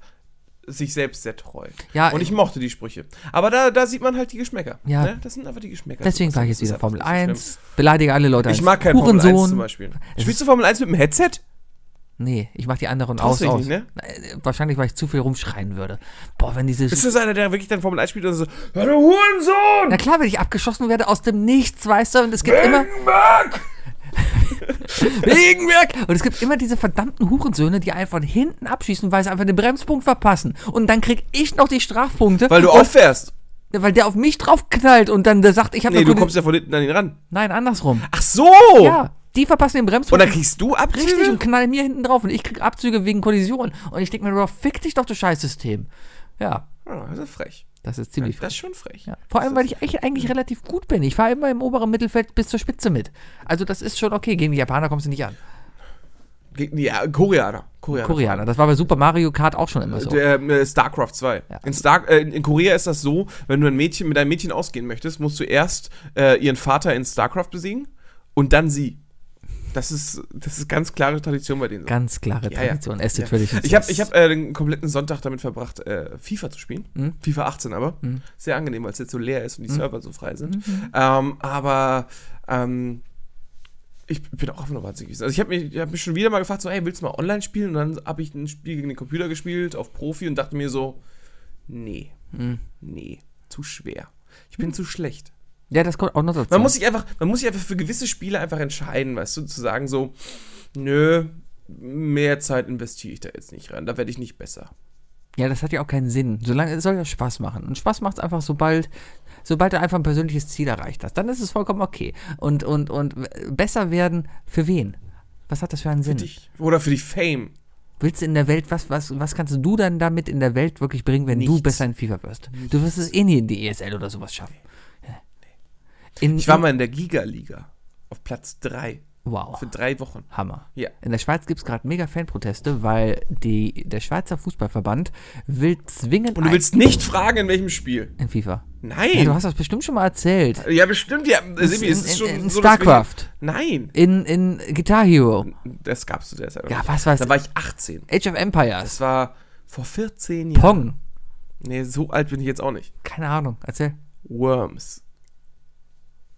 B: sich selbst sehr treu.
A: Ja,
B: und ich mochte die Sprüche. Aber da, da sieht man halt die Geschmäcker.
A: Ja.
B: Ne? Das sind einfach die Geschmäcker.
A: Deswegen
B: Sowas
A: sage ich jetzt
B: ist
A: wieder
B: einfach
A: Formel
B: nicht so
A: 1.
B: schlimm.
A: Beleidige alle Leute
B: Ich
A: als
B: mag kein Formel 1 zum
A: Hurensohn.
B: Beispiel. Spielst du Formel 1 mit dem Headset?
A: Nee, ich mach die anderen aus.
B: Traust du
A: aus.
B: dich nicht, ne?
A: Na, äh, Wahrscheinlich, weil ich zu viel rumschreien würde. Boah, wenn diese.
B: Ist das einer, der wirklich dann Formel 1 spielt und so, Hör du Hurensohn!
A: Na klar, wenn ich abgeschossen werde aus dem Nichts, weißt du, und es gibt immer.
B: Regenberg!
A: Regenwerk! Und es gibt immer diese verdammten Hurensöhne, die einen von hinten abschießen, weil sie einfach den Bremspunkt verpassen. Und dann krieg ich noch die Strafpunkte.
B: Weil du
A: und,
B: auffährst.
A: Weil der auf mich draufknallt und dann der sagt, ich habe
B: Nee, du kommst ja von hinten an ihn ran.
A: Nein, andersrum.
B: Ach so!
A: Ja, die verpassen den
B: Und
A: Bremspunkt.
B: dann kriegst du Abzüge?
A: Richtig und knallen mir hinten drauf und ich krieg Abzüge wegen Kollision. Und ich denk mir, Rob, fick dich doch, du Scheißsystem. Ja,
B: Ah, das ist frech.
A: das ist ziemlich
B: Das ist schon frech.
A: Ja. Vor allem, weil ich eigentlich, eigentlich relativ gut bin. Ich fahre immer im oberen Mittelfeld bis zur Spitze mit. Also das ist schon okay. Gegen die Japaner kommst du nicht an.
B: Gegen die ja, Koreaner. Koreaner.
A: Koreaner. Das war bei Super Mario Kart auch schon immer so.
B: Der, äh, StarCraft 2. In, Star, äh, in Korea ist das so, wenn du ein Mädchen mit einem Mädchen ausgehen möchtest, musst du erst äh, ihren Vater in StarCraft besiegen und dann sie. Das ist, das ist ganz klare Tradition bei denen. so.
A: Ganz klare
B: Ja, ja.
A: Tradition. Es ist
B: Ja.
A: natürlich ein
B: Ich habe
A: Sitz.
B: ich hab, äh, den kompletten Sonntag damit verbracht, äh, FIFA zu spielen. FIFA 18 aber. Sehr angenehm, weil es jetzt so leer ist und die Server so frei sind. Ähm, aber ähm, ich bin auch auf einer Wahnsinn gewesen. Also ich habe mich, ich hab mich schon wieder mal gefragt, so, hey, willst du mal online spielen? Und dann habe ich ein Spiel gegen den Computer gespielt, auf Profi und dachte mir so, nee, nee, zu schwer. Ich bin zu schlecht.
A: Ja, das kommt auch noch dazu.
B: Man muss sich einfach, man muss sich einfach für gewisse Spiele einfach entscheiden, weißt du, zu sagen so, nö, mehr Zeit investiere ich da jetzt nicht rein, da werde ich nicht besser.
A: ja, das hat ja auch keinen Sinn. Solange es soll ja Spaß machen. Und Spaß macht es einfach, sobald, sobald du einfach ein persönliches Ziel erreicht hast. Dann ist es vollkommen okay. Und, und, und äh, besser werden für wen? Was hat das für einen Sinn?
B: Dich. Oder für die Fame.
A: Willst du in der Welt, was, was, was kannst du dann damit in der Welt wirklich bringen, wenn du
B: Nichts.
A: besser in FIFA wirst? Du wirst es eh nie in die ESL oder sowas schaffen. Ja. In,
B: Ich war mal in der Giga-Liga. Auf Platz 3.
A: Mhm. Wow.
B: Für drei Wochen.
A: Hammer.
B: Ja.
A: In der Schweiz gibt es gerade mega Fanproteste, weil die, der Schweizer Fußballverband will zwingend
B: Und du willst nicht fragen, in welchem Spiel.
A: ein, in FIFA. Ja, du
B: Nein.
A: hast das bestimmt schon mal erzählt.
B: Ja, bestimmt. Ja, Sebi, es
A: in-
B: ist
A: in-
B: schon
A: in
B: so, dass wir-
A: StarCraft.
B: Nein.
A: In, in Guitar Hero.
B: Das gab's zu der Zeit.
A: Ja, was weiß
B: Da war ich 18.
A: Age of Empires.
B: Das war vor 14 Jahren.
A: Pong.
B: Nee, so alt bin ich jetzt auch nicht.
A: Keine Ahnung. Erzähl.
B: Worms.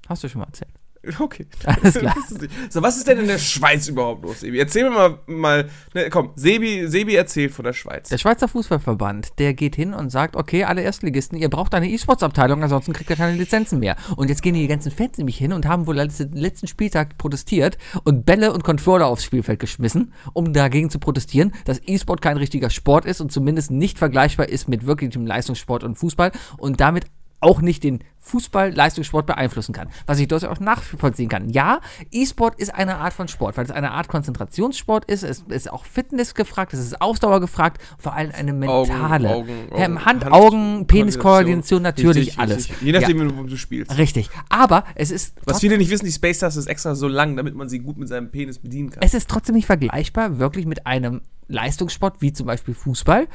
A: Hast du schon mal erzählt.
B: Okay.
A: Alles klar.
B: Das ist nicht- So, was ist denn in der Schweiz überhaupt los, Sebi? Erzähl mir mal, mal ne, komm, Sebi, Sebi erzählt von der Schweiz.
A: Der Schweizer Fußballverband, der geht hin und sagt, okay, alle Erstligisten, ihr braucht eine E-Sports-Abteilung, ansonsten kriegt ihr keine Lizenzen mehr. Und jetzt gehen die ganzen Fans nämlich hin und haben wohl am letzten Spieltag protestiert und Bälle und Controller aufs Spielfeld geschmissen, um dagegen zu protestieren, dass E-Sport kein richtiger Sport ist und zumindest nicht vergleichbar ist mit wirklichem Leistungssport und Fußball und damit auch nicht den Fußball, Leistungssport beeinflussen kann. Was ich durchaus auch nachvollziehen kann. Ja, E-Sport ist eine Art von Sport, weil es eine Art Konzentrationssport ist. Es ist auch Fitness gefragt, es ist Ausdauer gefragt, vor allem eine mentale.
B: Augen,
A: Ja, Hand,
B: Augen, Hand-
A: Augen, Peniskoordination,
B: Koordination.
A: natürlich
B: Richtig,
A: alles.
B: richtig. Je nachdem, wie du, du spielst.
A: ja, richtig. Aber es ist,
B: Was
A: trotz-
B: viele nicht wissen, die Space Taste ist extra so lang, damit man sie gut mit seinem Penis bedienen kann.
A: es ist trotzdem nicht vergleichbar wirklich mit einem Leistungssport wie zum Beispiel Fußball.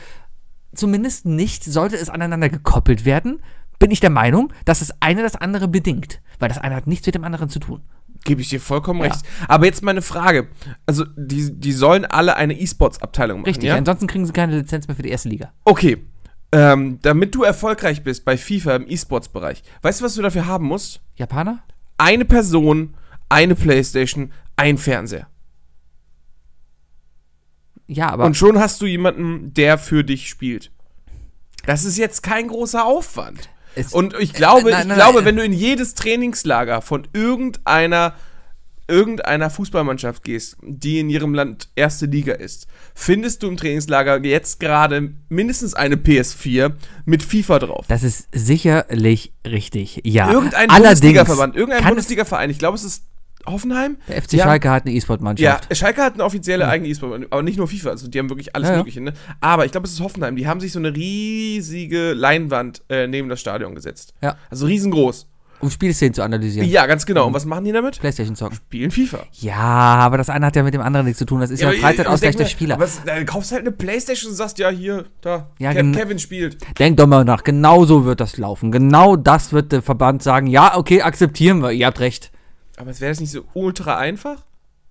A: Zumindest nicht, sollte es aneinander gekoppelt werden, bin ich der Meinung, dass das eine das andere bedingt. Weil das eine hat nichts mit dem anderen zu tun.
B: Gebe ich dir vollkommen recht. Aber jetzt meine Frage. Also, die, die sollen alle eine E-Sports-Abteilung machen.
A: Richtig,
B: ja?
A: ansonsten kriegen sie keine Lizenz mehr für die erste Liga.
B: Okay. Ähm, damit du erfolgreich bist bei FIFA im E-Sports-Bereich, weißt du, was du dafür haben musst?
A: Japaner?
B: Eine Person, eine Playstation, ein Fernseher.
A: Ja, aber
B: Und schon hast du jemanden, der für dich spielt. Das ist jetzt kein großer Aufwand.
A: Es-
B: und ich glaube,
A: Äh, nein,
B: ich
A: nein,
B: glaube,
A: nein.
B: wenn du in jedes Trainingslager von irgendeiner irgendeiner Fußballmannschaft gehst, die in ihrem Land erste Liga ist, findest du im Trainingslager jetzt gerade mindestens eine PS4 mit FIFA drauf.
A: das ist sicherlich richtig. Ja,
B: Irgendein Bundesligaverband, irgendein
A: kann es,
B: Bundesligaverein, ich glaube, es ist Hoffenheim.
A: der FC
B: Die haben-
A: Schalke hat eine
B: ja,
A: E-Sport-Mannschaft.
B: Schalke hat eine offizielle eigene E-Sport, aber nicht nur FIFA, also die haben wirklich alles
A: Ja, ja.
B: Mögliche. Ne? Aber ich glaube, es ist Hoffenheim, die haben sich so eine riesige Leinwand äh, neben das Stadion gesetzt.
A: Ja.
B: Also riesengroß.
A: Um Spielszenen zu analysieren.
B: Ja, ganz genau. Und was machen die damit?
A: Playstation zocken.
B: Spielen FIFA.
A: Ja, aber das eine hat ja mit dem anderen nichts zu tun. Das ist ja,
B: aber ich-
A: Freizeitausgleich
B: ich denk mir,
A: der Spieler.
B: Was, dann kaufst halt eine Playstation und sagst, ja, hier, da,
A: Ja,
B: Ke
A: genau.
B: Kevin spielt.
A: Denkt doch mal nach. Genau so wird das laufen. Genau das wird der Verband sagen. Ja, okay, akzeptieren wir. Ihr habt recht.
B: Aber es wäre das nicht so ultra einfach?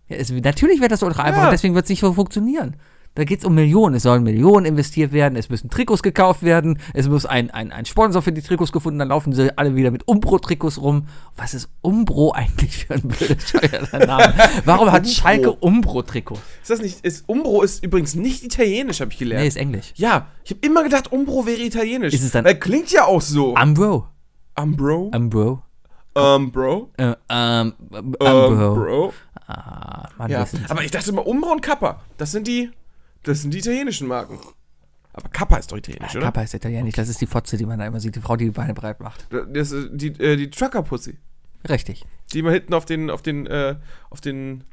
A: Ja, es, natürlich wird das ultra einfach
B: Ja.
A: und deswegen wird es nicht so funktionieren. Da geht es um Millionen. Es sollen Millionen investiert werden, es müssen Trikots gekauft werden, es muss ein, ein, ein Sponsor für die Trikots gefunden, dann laufen sie alle wieder mit Umbro-Trikots rum. Was ist Umbro eigentlich für ein bescheuerter Name? Warum hat
B: Umbro.
A: Schalke Umbro-Trikot?
B: Ist das nicht. Ist, Umbro ist übrigens nicht italienisch, habe ich gelernt.
A: Nee, ist Englisch.
B: ja, ich habe immer gedacht, Umbro wäre italienisch.
A: Ist es dann-
B: Weil klingt ja auch so.
A: Umbro.
B: Umbro?
A: Umbro.
B: Umbro?
A: Äh, ähm, ähm, Umbro.
B: Umbro?
A: Ah, Mann,
B: Ja.
A: wir sind-
B: Aber ich dachte immer, Umbro und Kappa. Das sind die. Das sind die italienischen Marken. Aber Kappa ist doch italienisch, oder?
A: Äh, Kappa ist italienisch, das ist die Fotze, die man da immer sieht, die Frau, die die Beine breit macht.
B: Das ist die, äh, die Trucker-Pussy.
A: Richtig.
B: Die man hinten auf den, auf den, äh, auf den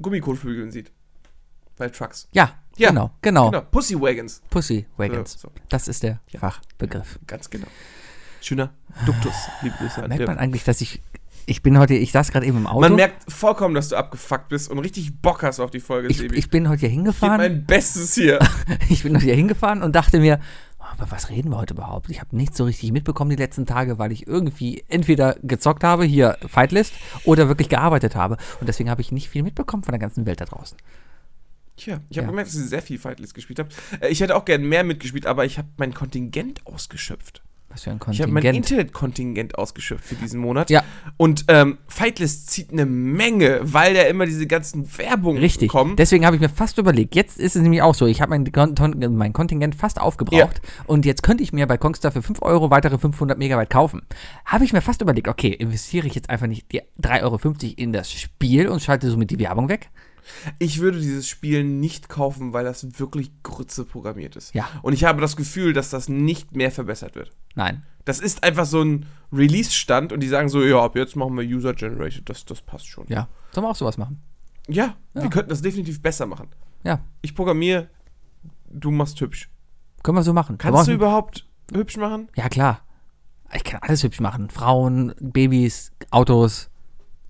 B: Gummikotflügeln sieht. Bei Trucks.
A: Ja,
B: Ja,
A: genau, genau.
B: Genau, Pussy-Wagons.
A: Pussy Wagons.
B: So, so.
A: Das ist der Fachbegriff.
B: Ganz genau. Schöner Duktus, liebe Grüße an
A: Merkt
B: Dirk.
A: man eigentlich, dass ich. Ich bin heute, ich saß gerade eben im Auto.
B: Man merkt vollkommen, dass du abgefuckt bist und richtig Bock hast auf die Folge,
A: ich,
B: Sebi.
A: ich bin heute hier
B: gebe
A: hingefahren.
B: mein Bestes hier.
A: Ich bin heute hier hingefahren und dachte mir, oh, über was reden wir heute überhaupt? Ich habe nichts so richtig mitbekommen die letzten Tage, weil ich irgendwie entweder gezockt habe, hier Fightlist, oder wirklich gearbeitet habe. Und deswegen habe ich nicht viel mitbekommen von der ganzen Welt da draußen.
B: Tja, ich habe
A: Ja.
B: gemerkt, dass ihr sehr viel Fightlist gespielt habt. Äh, Ich hätte auch gern mehr mitgespielt, aber ich habe mein Kontingent ausgeschöpft.
A: Was für ein
B: Ich habe mein
A: Kontingent.
B: Internetkontingent ausgeschöpft für diesen Monat.
A: Ja.
B: Und ähm, Fightlist zieht eine Menge, weil da immer diese ganzen Werbungen
A: Richtig.
B: kommen.
A: Deswegen habe ich mir fast überlegt. Jetzt ist es nämlich auch so. Ich habe mein, Konton- mein Kontingent fast aufgebraucht. Und jetzt könnte ich mir bei Kongstar für 5 Euro weitere 500 Megabyte kaufen. Habe ich mir fast überlegt, okay, investiere ich jetzt einfach nicht die 3,50 Euro in das Spiel und schalte somit die Werbung weg?
B: Ich würde dieses Spiel nicht kaufen, weil das wirklich Grütze programmiert ist.
A: Ja.
B: Und ich habe das Gefühl, dass das nicht mehr verbessert wird.
A: Nein.
B: Das ist einfach so ein Release-Stand und die sagen so, ja, ab jetzt machen wir User-Generated, das, das passt schon.
A: Ja. Sollen wir auch sowas machen?
B: Ja,
A: Ja.
B: wir könnten das definitiv besser machen.
A: Ja.
B: Ich programmiere, du machst hübsch.
A: Können wir so machen. Wir
B: Kannst du
A: brauchen-
B: überhaupt hübsch machen?
A: Ja, klar. Ich kann alles hübsch machen. Frauen, Babys, Autos,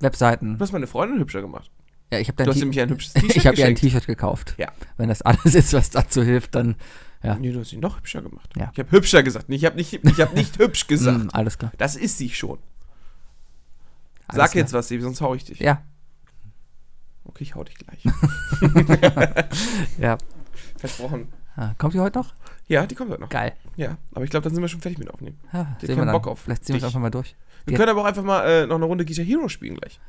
A: Webseiten.
B: Du hast meine Freundin hübscher gemacht.
A: Ja, ich habe dein
B: Du hast
A: T-
B: nämlich ein hübsches T-Shirt
A: Ich habe ihr ein
B: geschenkt.
A: T-Shirt gekauft.
B: Ja.
A: Wenn das alles ist, was dazu hilft, dann
B: Nee, du hast sie noch hübscher gemacht.
A: Ja.
B: Ich habe hübscher gesagt. Nee, Ich habe nicht, ich hab nicht hübsch gesagt.
A: mm, alles klar.
B: Das ist sie schon.
A: Alles
B: Sag
A: klar.
B: jetzt was, Sebi, sonst hau ich dich.
A: Ja,
B: Okay, ich hau dich gleich.
A: ja.
B: Versprochen.
A: Ah, Kommt ihr heute noch?
B: Ja, die kommt heute noch.
A: Geil.
B: Ja, aber ich glaube, dann sind wir schon fertig mit Aufnehmen.
A: Ja,
B: Ich hab
A: sehen
B: keinen
A: wir dann.
B: Bock auf
A: Vielleicht ziehen wir es
B: dich.
A: einfach mal durch.
B: Wir
A: Ja.
B: können aber auch einfach mal äh, noch eine Runde Guitar Hero spielen gleich.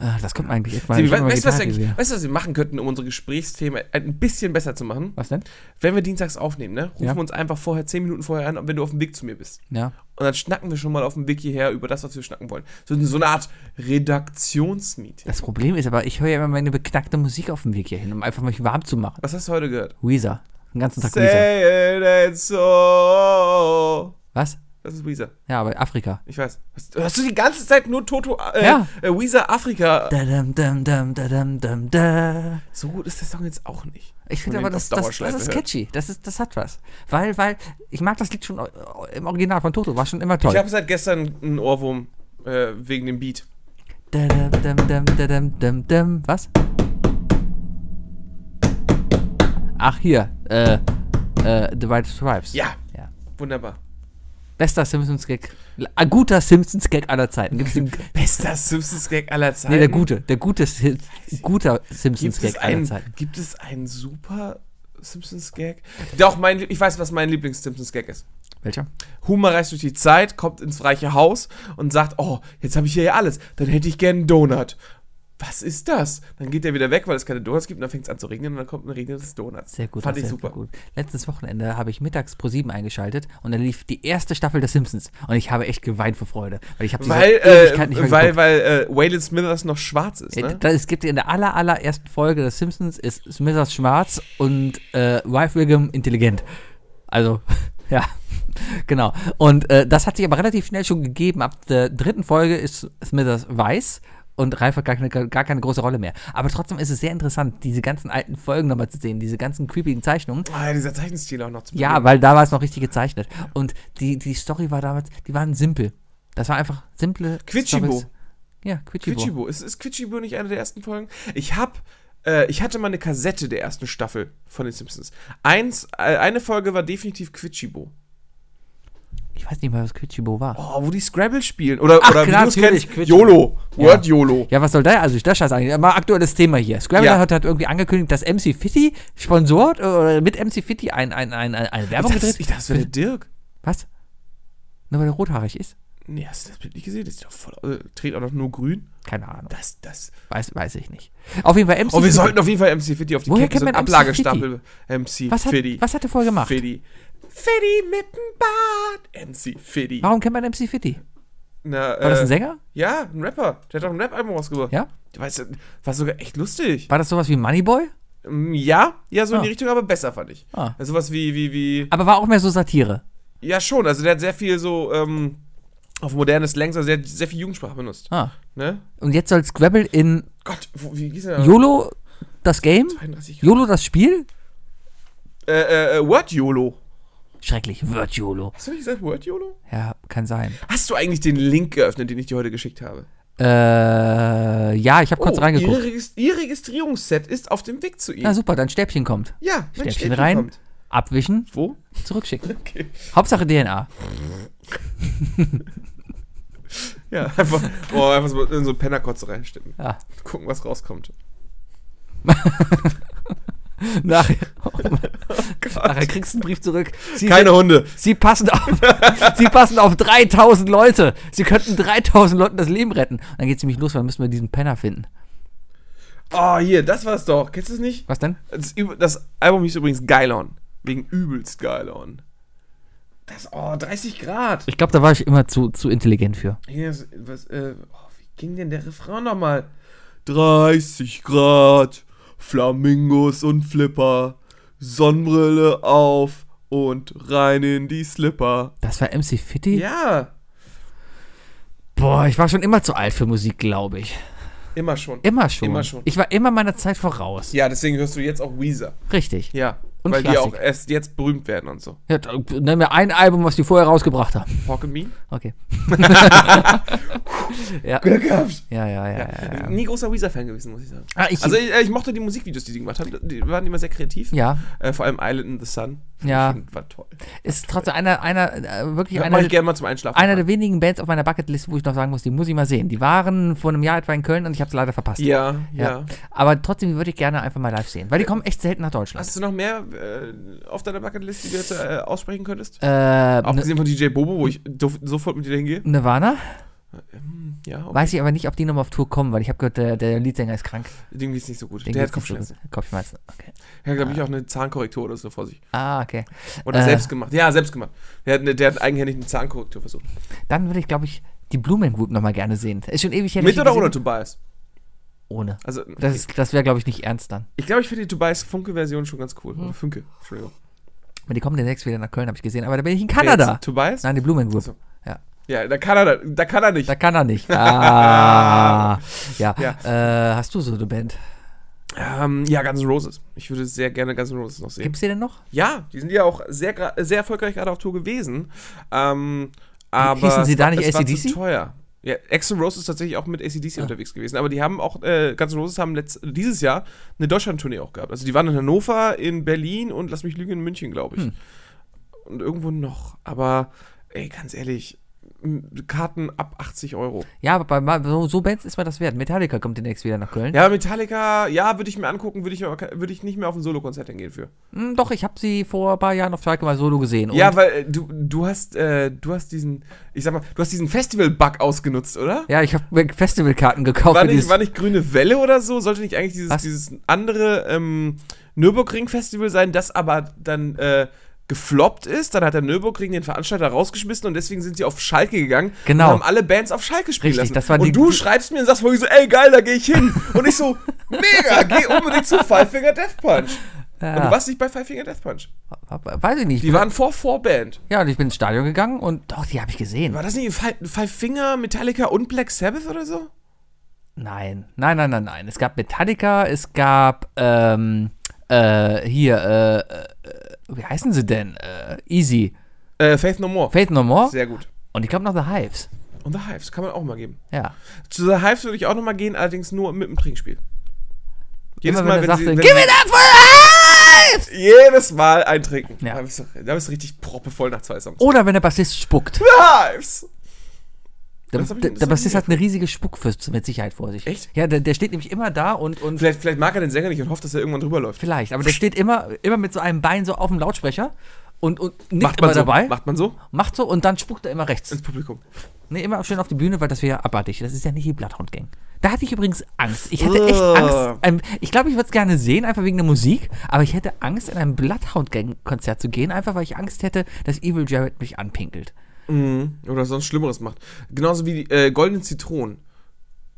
A: Ah, das kommt mir eigentlich echt mal.
B: Sebi,
A: ich hab
B: we
A: immer
B: weißt du, was,
A: Gitarre
B: wir eigentlich-
A: hier.
B: weißt du, was wir machen könnten, um unsere Gesprächsthemen ein bisschen besser zu machen?
A: was denn?
B: Wenn wir dienstags aufnehmen, ne, rufen
A: Ja.
B: wir uns einfach vorher, zehn Minuten vorher an, wenn du auf dem Weg zu mir bist.
A: Ja.
B: Und dann schnacken wir schon mal auf dem Weg hierher über das, was wir schnacken wollen. So, so eine Art Redaktionsmeeting.
A: Das Problem ist aber, ich höre ja immer meine beknackte Musik auf dem Weg hierhin, um einfach mich warm zu machen.
B: Was hast du heute gehört?
A: Weezer. Den ganzen Tag Weezer.
B: Say it ain't so.
A: Was?
B: Das ist Weezer.
A: Ja, aber Afrika.
B: Ich weiß. Hast, hast du die ganze Zeit nur Toto, äh,
A: Ja.
B: äh, Weezer Afrika?
A: Da, dam, dam, dam, da, dam, dam, da.
B: So gut ist der Song jetzt auch nicht.
A: Ich finde
B: Wenn
A: aber,
B: man
A: das,
B: den auf
A: das, das
B: Dauerschleife
A: ist
B: hört.
A: catchy. Das, ist, das hat was. Weil, weil, ich mag das Lied schon äh, im Original von Toto, war schon immer toll.
B: Ich habe seit gestern einen Ohrwurm äh, wegen dem Beat.
A: Da, dam, dam, dam, da, dam, dam, dam. Was? Ach, hier. Äh, äh, The White Stripes.
B: Ja,
A: ja.
B: wunderbar.
A: Bester Simpsons-Gag. Ein guter Simpsons-Gag aller Zeiten. Gibt's den,
B: Bester Simpsons-Gag aller Zeiten.
A: nee, der gute. Der gute, Sim- guter
B: Gibt es,
A: Simpsons-Gag aller
B: einen,
A: Zeiten.
B: gibt es einen super Simpsons-Gag? Doch, mein, ich weiß, was mein Lieblings-Simpsons-Gag ist.
A: Welcher?
B: Homer reist durch die Zeit, kommt ins reiche Haus und sagt, oh, jetzt habe ich hier ja alles, dann hätte ich gern einen Donut. Was ist das? Dann geht er wieder weg, weil es keine Donuts gibt und dann fängt es an zu regnen und dann kommt ein Regen des Donuts.
A: Sehr gut.
B: Fand
A: das
B: ich
A: ist sehr
B: super.
A: Gut. Letztes Wochenende habe ich mittags pro 7 eingeschaltet und dann lief die erste Staffel der Simpsons und ich habe echt geweint vor Freude, weil ich habe diese
B: Weil,
A: Ewigkeit
B: äh,
A: nicht mehr
B: weil,
A: geguckt.
B: weil äh, Waylon Smithers noch schwarz ist,
A: Äh,
B: ne?
A: da- Es gibt in der aller, allerersten Folge der Simpsons ist Smithers schwarz und äh, Wife Wiggum intelligent. Also, ja, genau. Und äh, das hat sich aber relativ schnell schon gegeben. Ab der dritten Folge ist Smithers weiß und Ralf hat gar keine, gar keine große Rolle mehr. Aber trotzdem ist es sehr interessant, diese ganzen alten Folgen nochmal zu sehen, diese ganzen creepigen Zeichnungen.
B: Ah, dieser Zeichenstil auch noch zu
A: Ja, weil da war es noch richtig gezeichnet. Und die, die Story war damals, die waren simpel. Das war einfach simple.
B: Quitschibo.
A: Storys. Ja, Quitschibo.
B: Quitschibo. Ist, ist Quitschibo nicht eine der ersten Folgen? Ich hab, äh, ich hatte mal eine Kassette der ersten Staffel von den Simpsons. Eins, äh, eine Folge war definitiv Quitschibo.
A: Ich weiß nicht mal, was Quichibo war.
B: Oh, wo die Scrabble spielen. Oder,
A: Ach,
B: oder
A: klar,
B: du's
A: natürlich, Quiz-
B: YOLO.
A: Ja.
B: Word YOLO.
A: Ja, was soll da also das Scheiß eigentlich? Mal aktuelles Thema hier. Scrabble
B: Ja.
A: hat, hat irgendwie angekündigt, dass MC Fitti sponsort äh, oder mit MC Fitti ein, ein, ein, ein, eine Werbung
B: Ich dachte,
A: gedreht.
B: ich dachte, das wäre der Dirk.
A: Was? Nur weil er rothaarig ist?
B: Nee, hast du das Bild nicht gesehen? Das ist doch voll. Äh, trägt auch noch nur grün.
A: Keine Ahnung.
B: Das, das.
A: Weiß, weiß ich nicht. Auf jeden Fall MC
B: Oh, wir
A: Fitti-
B: sollten auf jeden Fall MC Fitty auf die
A: Woher
B: Kette, so
A: kennt man
B: einen
A: MC
B: Ablagestapel. MC
A: was hat,
B: Fitty.
A: was hat er vorher gemacht?
B: Fitty. Fitty mit dem Bart. MC Fitty.
A: Warum kennt man MC Fitti?
B: Na, äh,
A: War das ein Sänger?
B: Ja, ein Rapper. Der hat doch ein Rap-Album rausgebracht.
A: Ja?
B: Du weißt, war sogar echt lustig.
A: War das sowas wie Moneyboy?
B: Ähm, Ja, ja, so in die
A: Ah.
B: Richtung, aber besser fand ich.
A: Ah.
B: Also was wie, wie, wie.
A: Aber war auch mehr so Satire.
B: Ja, schon. Also der hat sehr viel so ähm, auf modernes Längs, also der hat sehr viel Jugendsprache benutzt.
A: Ah.
B: Ne?
A: Und jetzt soll Scrabble in
B: Gott, wo, wie hieß der?
A: YOLO das Game?
B: 31
A: YOLO das Spiel?
B: äh, äh, Word YOLO.
A: Schrecklich, wird YOLO.
B: Hast du nicht gesagt Word YOLO?
A: Ja, kann sein.
B: Hast du eigentlich den Link geöffnet, den ich dir heute geschickt habe? Oh,
A: Äh, ja, ich habe kurz reingeguckt. Also,
B: Ihr, Regis- ihr Registrierungsset ist auf dem Weg zu ihm.
A: Na super, dein Stäbchen kommt.
B: ja, mein
A: Stäbchen rein.
B: kommt.
A: Abwischen,
B: Wo?
A: zurückschicken.
B: Okay.
A: Hauptsache DNA.
B: Ja, einfach, boah, einfach so in so eine Pennerkotze reinstecken.
A: Ja.
B: Gucken, was rauskommt.
A: Nachher, nachher kriegst du einen Brief zurück. Sie,
B: Keine Hunde.
A: Sie passen auf, Sie passen auf 3000 Leute. Sie könnten 3000 Leuten das Leben retten. Und dann geht's nämlich los, weil dann müssen wir diesen Penner finden.
B: Oh, hier, das war's doch. Kennst du es nicht?
A: Was denn?
B: Das, Üb- das Album hieß übrigens Geilon. Wegen übelst Geilon. Das, oh, 30 Grad.
A: Ich glaube, da war ich immer zu, zu intelligent für.
B: Hier ist- Was, äh, oh, wie ging denn der Refrain nochmal? 30 Grad, Flamingos und Flipper, Sonnenbrille auf und rein in die Slipper.
A: Das war MC Fitti?
B: Ja,
A: Boah, ich war schon immer zu alt für Musik, glaube ich.
B: immer schon.
A: Immer schon.
B: Immer schon.
A: Ich war immer meiner Zeit voraus.
B: Ja, deswegen hörst du jetzt auch Weezer.
A: Richtig.
B: Ja,
A: Und
B: weil
A: Klassik.
B: die auch erst jetzt berühmt werden und so.
A: Ja, da- nenn mir ein Album, was die vorher rausgebracht haben.
B: Pork and Bean?
A: Okay. ja.
B: Glück gehabt.
A: Ja, ja, ja, ja. ja.
B: Nie großer Weezer-Fan gewesen, muss ich sagen.
A: Ah, ich-
B: also ich, äh, ich mochte die Musikvideos, die die gemacht haben. Die waren immer sehr kreativ.
A: Ja,
B: Äh, vor allem Island in the Sun.
A: Ja.
B: Fand- War toll.
A: ist trotzdem einer, einer, äh, wirklich
B: Ja,
A: einer,
B: mach ich
A: der-
B: gerne mal zum Einschlafen.
A: einer der wenigen Bands auf meiner Bucketlist, wo ich noch sagen muss, die muss ich mal sehen. Die waren vor einem Jahr etwa in Köln und ich habe es leider verpasst.
B: ja, ja,
A: Aber trotzdem würde ich gerne einfach mal live sehen, weil die kommen echt selten nach Deutschland.
B: Hast du noch mehr äh, auf deiner Bucketlist, die du jetzt äh, aussprechen könntest?
A: Äh,
B: Abgesehen von DJ Bobo, wo ich duf- sofort mit dir hingehe.
A: Nirvana?
B: Ja, okay.
A: Weiß ich aber nicht, ob die nochmal auf Tour kommen, weil ich habe gehört, der, der Leadsänger ist krank.
B: dem geht's nicht so gut.
A: Den
B: Der hat
A: geht's nicht so
B: Kopfschmerzen.
A: gut. Kopfschmerzen. Okay.
B: Er hat, glaube ich, auch eine Zahnkorrektur oder so vor sich.
A: Ah, okay.
B: Oder
A: Äh.
B: selbst gemacht. Ja, selbst gemacht. Der hat, eine, der hat eigenhändig eine Zahnkorrektur versucht.
A: Dann würde ich, glaube ich, die Blumen Group nochmal gerne sehen. Ist schon ewig her. dass
B: Mit
A: ich
B: oder
A: die
B: ohne
A: gesehen-
B: Tobias?
A: Ohne.
B: Also,
A: Das, ist- das wäre, glaube ich, nicht ernst dann.
B: Ich glaube, ich finde die Tobias-Funke-Version schon ganz cool.
A: Hm.
B: Oder Funke, Entschuldigung.
A: Aber die kommen demnächst wieder nach Köln, habe ich gesehen. Aber da bin ich in Kanada.
B: Jetzt, Tobias?
A: Nein, die Blumen Group.
B: Ach so.
A: Ja,
B: Ja, da kann er, da kann er nicht.
A: da kann er nicht. Ah, ja. Äh, hast du so eine Band?
B: ähm, ja, Guns N' Roses. Ich würde sehr gerne Guns N' Roses noch sehen.
A: Gibt's die denn noch?
B: Ja, die sind ja auch sehr, gra- sehr erfolgreich gerade auf Tour gewesen. Ähm, aber
A: Hießen sie
B: es
A: da
B: war-
A: nicht
B: es war
A: AC/DC?
B: Zu teuer. Ja, Axl Rose ist tatsächlich auch mit
A: Ah.
B: ACDC unterwegs gewesen, aber die haben auch, äh, Guns N' Roses haben letzt, dieses Jahr eine Deutschland-Tournee auch gehabt. Also die waren in Hannover, in Berlin und lass mich lügen, in München, glaube
A: Hm.
B: ich. Und irgendwo noch. Aber, ey, ganz ehrlich, m- Karten ab 80 Euro.
A: Ja, aber bei mal- so, so Bands ist mir das wert. Metallica kommt demnächst wieder nach Köln.
B: Ja, aber Metallica, ja, würde ich mir angucken, würde ich, mir aber ke- würde ich nicht mehr auf ein Solo-Konzert hingehen für.
A: Hm, doch, ich habe sie vor ein paar Jahren auf Schalke mal solo gesehen. Und
B: Ja, weil äh, du, du hast, äh, du hast diesen, ich sag mal, du hast diesen Festival-Bug ausgenutzt, oder?
A: ja ich habe mir Festivalkarten gekauft.
B: War
A: für
B: nicht,
A: dieses-
B: war nicht Grüne Welle oder so? Sollte nicht eigentlich dieses,
A: Was?
B: dieses andere ähm, Nürburgring-Festival sein, das aber dann äh, gefloppt ist? Dann hat der Nürburgring den Veranstalter rausgeschmissen und deswegen sind sie auf Schalke gegangen
A: Genau.
B: und haben alle Bands auf Schalke spielen
A: Richtig,
B: lassen.
A: das war
B: und
A: die-
B: du schreibst mir und sagst wirklich so, ey geil, da gehe ich hin. und ich so, mega, geh um unbedingt zu Five Finger Death Punch. Und du
A: ja,
B: warst nicht bei Five Finger Death Punch.
A: äh, weiß ich nicht.
B: Die waren vor Vorband.
A: ja, und ich bin ins Stadion gegangen und doch, die habe ich gesehen.
B: War das nicht Five, Five Finger, Metallica und Black Sabbath oder so?
A: Nein, nein, nein, nein, nein. Es gab Metallica, es gab ähm, äh, hier, äh, äh, wie heißen sie denn? Äh, Easy,
B: Äh, Faith No More.
A: Faith No More
B: Sehr gut.
A: und ich glaube noch The Hives.
B: Und The Hives kann man auch mal geben.
A: Ja.
B: Zu The Hives würde ich auch nochmal gehen, allerdings nur mit dem Trinkspiel. Jedes
A: Immer
B: Mal,
A: er
B: wenn sie,
A: sagte,
B: wenn
A: Give
B: sie,
A: it up for the Nice!
B: Jedes Mal eintrinken.
A: Ja. Oh.
B: Da bist du, da bist du richtig proppevoll nach zwei Songs.
A: Oder wenn der Bassist spuckt.
B: Lives!
A: Der,
B: Das hab ich-
A: der,
B: das
A: der
B: hab ich
A: Bassist
B: nie
A: hat eine riesige Spuckfürst mit Sicherheit vor sich.
B: Echt?
A: Ja, der, der steht nämlich immer da und, und
B: Vielleicht, vielleicht mag er den Sänger nicht und hofft, dass er irgendwann drüber läuft.
A: vielleicht, aber der steht immer, immer mit so einem Bein so auf dem Lautsprecher und, und nickt
B: Macht
A: immer
B: man so.
A: dabei, macht.
B: Macht man so
A: so und dann spuckt er immer rechts.
B: ins Publikum.
A: Nee, immer schön auf die Bühne, weil das wäre ja abartig. Das ist ja nicht die Bloodhound Gang. Da hatte ich übrigens Angst. Ich hätte echt
B: Ugh.
A: Angst. Ähm, Ich glaube, ich würde es gerne sehen, einfach wegen der Musik, aber ich hätte Angst, in ein Bloodhound Gang Konzert zu gehen, einfach weil ich Angst hätte, dass Evil Jared mich anpinkelt.
B: Oder sonst Schlimmeres macht. Genauso wie die äh, goldenen Zitronen.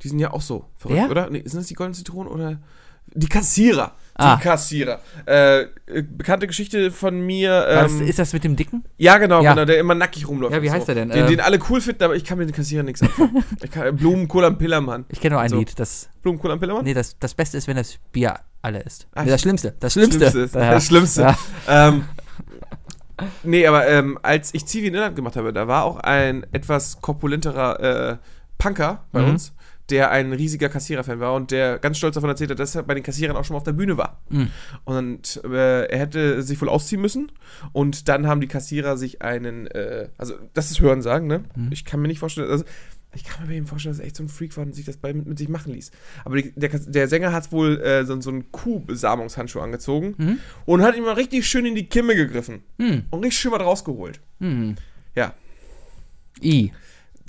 B: Die sind ja auch so verrückt,
A: Ja?
B: oder? Nee, sind das die goldenen Zitronen oder die Kassierer?
A: Ah.
B: Die Kassierer. Äh, äh, bekannte Geschichte von mir.
A: War das-
B: Ähm,
A: ist das mit dem Dicken?
B: ja, genau,
A: Ja.
B: genau, der immer nackig rumläuft.
A: Ja, wie
B: und
A: heißt der denn?
B: Den,
A: Ähm.
B: den alle cool finden, aber ich kann mit den Kassierern nichts anfangen. ich kann, Blumenkohl am Pillermann.
A: Ich kenne nur ein
B: So.
A: Lied. Das,
B: Blumenkohl am Pillermann?
A: nee, das, das Beste ist, wenn das Bier alle ist.
B: Ach,
A: Nee, das Schlimmste. Das Schlimmste.
B: Schlimmste.
A: Ja.
B: Das Schlimmste.
A: Ja.
B: Ähm, nee, aber ähm, als ich Zivi in Irland gemacht habe, da war auch ein etwas korpulenterer äh, Punker
A: Mhm.
B: bei uns, der ein riesiger Kassierer-Fan war und der ganz stolz davon erzählt hat, dass er bei den Kassierern auch schon mal auf der Bühne
A: Mhm.
B: war. Und äh, er hätte sich wohl ausziehen müssen und dann haben die Kassierer sich einen, äh, also das ist Hörensagen, ne?
A: Mhm.
B: Ich kann mir nicht vorstellen, also ich kann mir bei ihm vorstellen, dass er echt so ein Freak war und sich das bei, mit sich machen ließ. Aber die, der, Kas- der Sänger hat wohl äh, so, so einen Kuhbesamungshandschuh angezogen
A: Mhm.
B: und hat ihm mal richtig schön in die Kimme gegriffen. Und richtig schön was rausgeholt.
A: Mhm.
B: Ja.
A: I.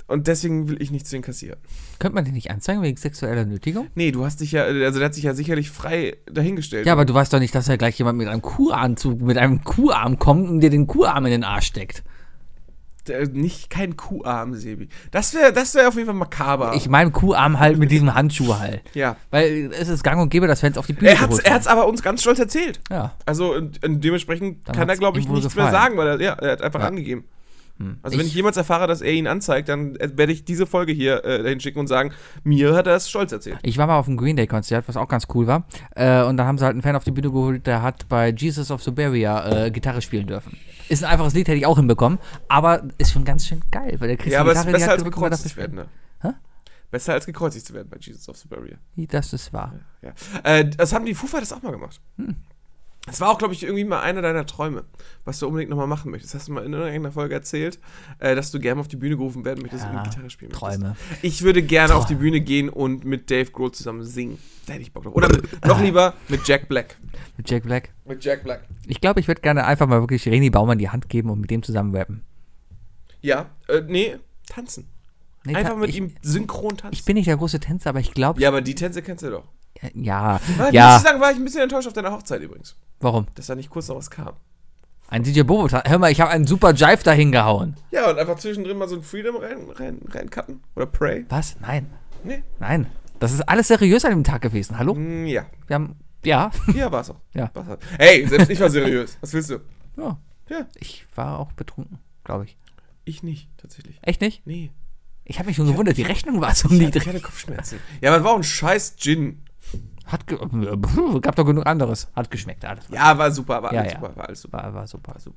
B: Und deswegen will ich nicht zu den Kassierern.
A: Könnte man den nicht anzeigen wegen sexueller Nötigung?
B: Nee, du hast dich ja, also der hat sich ja sicherlich frei dahingestellt.
A: Ja, aber du weißt doch nicht, dass da gleich jemand mit einem Kuhanzug, mit einem Kuharm kommt und dir den Kuharm in den Arsch steckt.
B: Der- nicht kein Kuharm, Sebi. Das wäre das wär auf jeden Fall makaber.
A: Ich meine Kuharm halt mit diesem Handschuh halt.
B: ja.
A: Weil es ist gang und gäbe, dass Fans auf die Bühne
B: Er hat's,
A: geholt
B: er hat's
A: werden.
B: aber uns ganz stolz erzählt.
A: Ja.
B: Also und, und dementsprechend
A: Dann
B: kann er,
A: hat's
B: glaube ich,
A: ihm wohl
B: nichts mehr
A: gefallen. Hm.
B: sagen, weil er, ja, er hat einfach angegeben. Also wenn
A: Ich-
B: ich jemals erfahre, dass er ihn anzeigt, dann äh, werde ich diese Folge hier äh, dahin schicken und sagen, mir hat er es stolz erzählt.
A: Ich war mal auf dem Green Day Konzert, was auch ganz cool war. Äh, und da haben sie halt einen Fan auf die Bühne geholt, der hat bei Jesus of Suburbia äh, Gitarre spielen dürfen. Ist ein einfaches Lied, hätte ich auch hinbekommen, aber ist schon ganz schön geil, weil der kriegt
B: Ja,
A: eine
B: aber es ist
A: Gitarre,
B: besser als
A: drückt man
B: gekreuzigt zu werden. Ne?
A: Hä?
B: Besser als gekreuzigt zu werden bei Jesus of Suburia.
A: dafür. Das ist wahr.
B: Ja. Äh, das haben die Fufa das auch mal gemacht.
A: Hm.
B: Das war auch, glaube ich, irgendwie mal einer deiner Träume, was du unbedingt nochmal machen möchtest. Hast du mal in irgendeiner Folge erzählt, äh, dass du gerne auf die Bühne gerufen werden möchtest
A: Ja,
B: und Gitarre spielen
A: Träume.
B: möchtest. Ich würde gerne auf die Bühne gehen und mit Dave Grohl zusammen singen. Da hätte ich Bock drauf. Oder mit, noch lieber mit Jack Black.
A: Mit Jack Black.
B: Mit Jack Black.
A: Ich glaube, ich würde gerne einfach mal wirklich Reni Baumann die Hand geben und mit dem zusammen rappen.
B: Ja, äh, nee, tanzen.
A: Nee,
B: Einfach
A: ta-
B: mit
A: ich,
B: ihm synchron tanzen.
A: Ich bin nicht der große Tänzer, aber ich glaube,
B: ja, aber die Tänze kennst du doch.
A: ja,
B: Ah, Muss
A: ja.
B: ich sagen, war ich ein bisschen enttäuscht auf deiner Hochzeit übrigens,
A: Warum?
B: dass da nicht kurz noch was kam.
A: Ein DJ Bobo. Hör mal, ich habe einen super Jive dahin gehauen.
B: Ja, und einfach zwischendrin mal so ein Freedom rein, rein, reincutten. Oder Pray.
A: Was? Nein.
B: Nee.
A: Nein. Das ist alles seriös an dem Tag gewesen. Hallo?
B: Mm, Ja.
A: Wir haben. Ja.
B: Ja, war's auch.
A: Ja.
B: War's auch. Hey, selbst ich war seriös. Was willst du?
A: ja.
B: Ja.
A: Ich war auch betrunken, glaube ich.
B: Ich nicht, tatsächlich.
A: Echt nicht?
B: Nee.
A: Ich habe mich schon gewundert, die Rechnung war so niedrig.
B: Keine Kopfschmerzen. Ja, aber es war auch ein scheiß Gin.
A: Hat ge Puh, gab doch genug anderes. Hat geschmeckt, alles.
B: Ja, war super, war
A: Ja,
B: alles
A: ja.
B: super, war alles super.
A: War, war super. Also,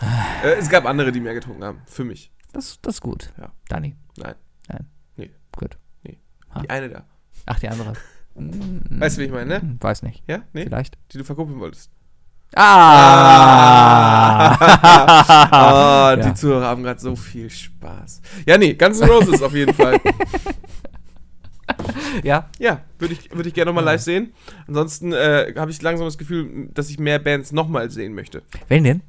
B: Äh, es gab andere, die mehr getrunken haben. Für mich.
A: Das, das ist gut.
B: Ja.
A: Dani.
B: Nein.
A: Nein.
B: Nee.
A: Gut.
B: Nee.
A: Ah.
B: Die eine da.
A: Ach, die andere.
B: Weißt du, wie ich meine, ne?
A: Hm, Weiß nicht.
B: Ja? Nee?
A: Vielleicht.
B: Die du verkuppeln wolltest.
A: Ah!
B: Ah,
A: Ja.
B: die Zuhörer haben gerade so viel Spaß. Ja, nee, Guns N' Roses auf jeden Fall.
A: ja.
B: Ja, würde ich, würd ich gerne nochmal live sehen. Ansonsten äh, habe ich langsam das Gefühl, dass ich mehr Bands nochmal sehen möchte.
A: Wen denn?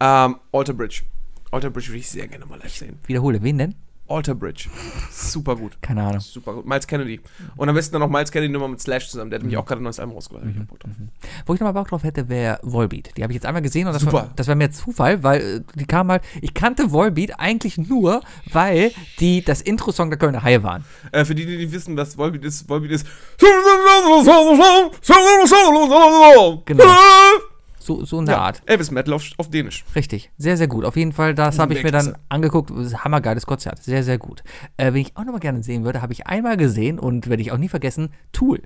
B: Ähm, Alter Bridge. Alter Bridge würde ich sehr gerne mal live sehen.
A: Wiederhole, wen denn?
B: Alter Bridge. Super gut.
A: Keine Ahnung.
B: Super gut. Miles Kennedy. Und am besten dann noch Miles Kennedy nochmal mit Slash zusammen. Der hat nämlich auch gerade ein neues Album rausgebracht. Hab ich auch Bock drauf.
A: Wo ich nochmal Bock drauf hätte, wäre Volbeat. Die habe ich jetzt einmal gesehen und das
B: Super.
A: war, das war mir Zufall, weil äh, die kam halt. Ich kannte Volbeat eigentlich nur, weil die das Intro-Song der Kölner Haie waren.
B: Äh, für die, die nicht wissen, was Volbeat ist, Volbeat ist.
A: So, so eine
B: Ja,
A: Art.
B: Genau. Elvis Metal auf, auf Dänisch.
A: Richtig. Sehr, sehr gut. Auf jeden Fall, das habe ich mir dann
B: Weltklasse.
A: angeguckt. Das ist ein hammergeiles Konzert. Sehr, sehr gut. Äh, wen ich auch nochmal gerne sehen würde, habe ich einmal gesehen und werde ich auch nie vergessen, Tool.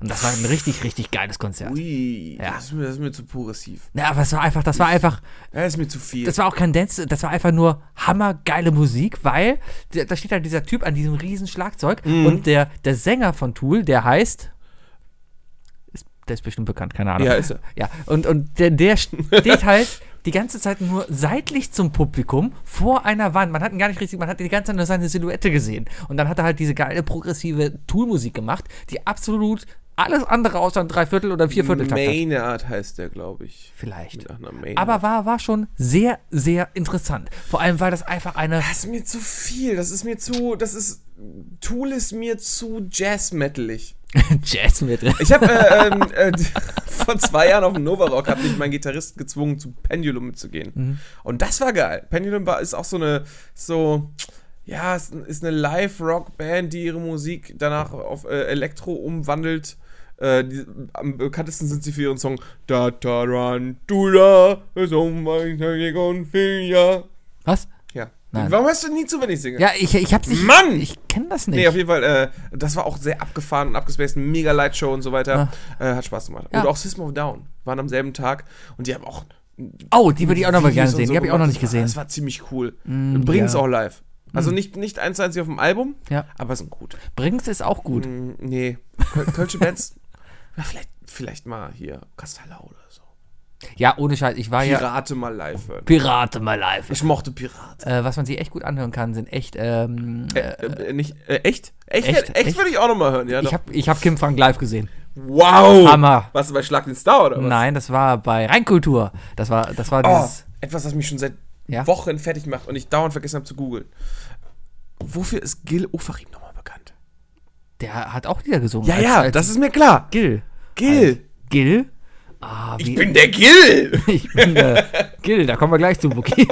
A: Und das war ein richtig, richtig geiles Konzert.
B: Ui,
A: Ja.
B: das, ist mir, das ist mir zu progressiv.
A: Ja, aber es war einfach, das war einfach,
B: Das ist mir zu viel.
A: Das war auch kein Dance, das war einfach nur hammergeile Musik, weil da da steht halt dieser Typ an
B: Mhm.
A: diesem riesen Schlagzeug und der, der Sänger von Tool, der heißt. Ist der ist bestimmt bekannt, keine Ahnung.
B: Ja, ist er.
A: Ja, und, und der, der steht halt die ganze Zeit nur seitlich zum Publikum vor einer Wand. Man hat ihn gar nicht richtig, man hat die ganze Zeit nur seine Silhouette gesehen. Und dann hat er halt diese geile progressive Tool-Musik gemacht, die absolut alles andere außer ein Dreiviertel- oder Viervierteltakt hat.
B: Maynard heißt der, glaube ich.
A: Vielleicht.
B: Nach einer Maynard.
A: Aber war, war schon sehr, sehr interessant. Vor allem, weil das einfach eine.
B: Das ist mir zu viel. Das ist mir zu. Das ist. Tool ist mir zu Jazz-Metalig.
A: Jazz mit.
B: Ich habe äh, ähm, äh, vor zwei Jahren auf dem Nova Rock habe ich meinen Gitarristen gezwungen, zu Pendulum mitzugehen. Und das war geil. Pendulum war ist auch so eine so ja ist, ist eine Live Rock Band, die ihre Musik danach auf äh, Elektro umwandelt. Äh, die, am bekanntesten sind sie für ihren Song Da Tarantula is on my Confilia.
A: Was?
B: Ja.
A: Nein.
B: Warum hörst du nie zu, wenn ich singe?
A: Ja, ich, ich hab's nicht.
B: Mann!
A: Ich kenne das nicht.
B: Nee, auf jeden Fall, äh, das war auch sehr abgefahren und abgespaced, mega Lightshow und so weiter. Äh, hat Spaß gemacht.
A: Ja.
B: Und auch System of a Down waren am selben Tag und die haben auch.
A: oh, die würde ich auch noch mal gerne
B: Videos und
A: sehen.
B: so
A: die habe ich auch noch
B: gemacht.
A: nicht
B: Das war-
A: gesehen. Mm,
B: Das war ziemlich cool. Bring's
A: ja. Mm.
B: auch live. Also nicht, nicht eins zu eins wie auf dem Album,
A: Ja.
B: aber sind gut.
A: Brings ist auch gut.
B: Mm, nee, Köl- Kölsche Bands, na, vielleicht, vielleicht mal hier Castellau oder so.
A: Ja, ohne Scheiß. Ich war Ah, ja
B: Pirate mal live hören.
A: Pirate mal live.
B: Ich mochte Pirate.
A: Äh, was man sich echt gut anhören kann, sind echt. Ähm,
B: Äh, äh, nicht, äh, echt?
A: echt,
B: Echt, echt,
A: echt?
B: würde ich auch nochmal hören, ja.
A: ich
B: doch.
A: habe ich hab Kim Frank live gesehen.
B: wow!
A: Hammer.
B: Warst du bei Schlag den Star oder was?
A: Nein, das war bei Rheinkultur. Das war, das war
B: Oh,
A: dieses.
B: etwas, was mich schon seit
A: Ja?
B: Wochen fertig macht und ich dauernd vergessen habe zu googeln. Wofür ist Gil Ofarim nochmal bekannt?
A: Der hat auch Lieder gesungen.
B: Ja,
A: als-
B: ja,
A: als
B: das ist mir klar.
A: Gil.
B: Gil.
A: Gil? Ah, wie,
B: Ich bin der Gil.
A: Ich bin äh, Gil, da kommen wir gleich zu, Buki.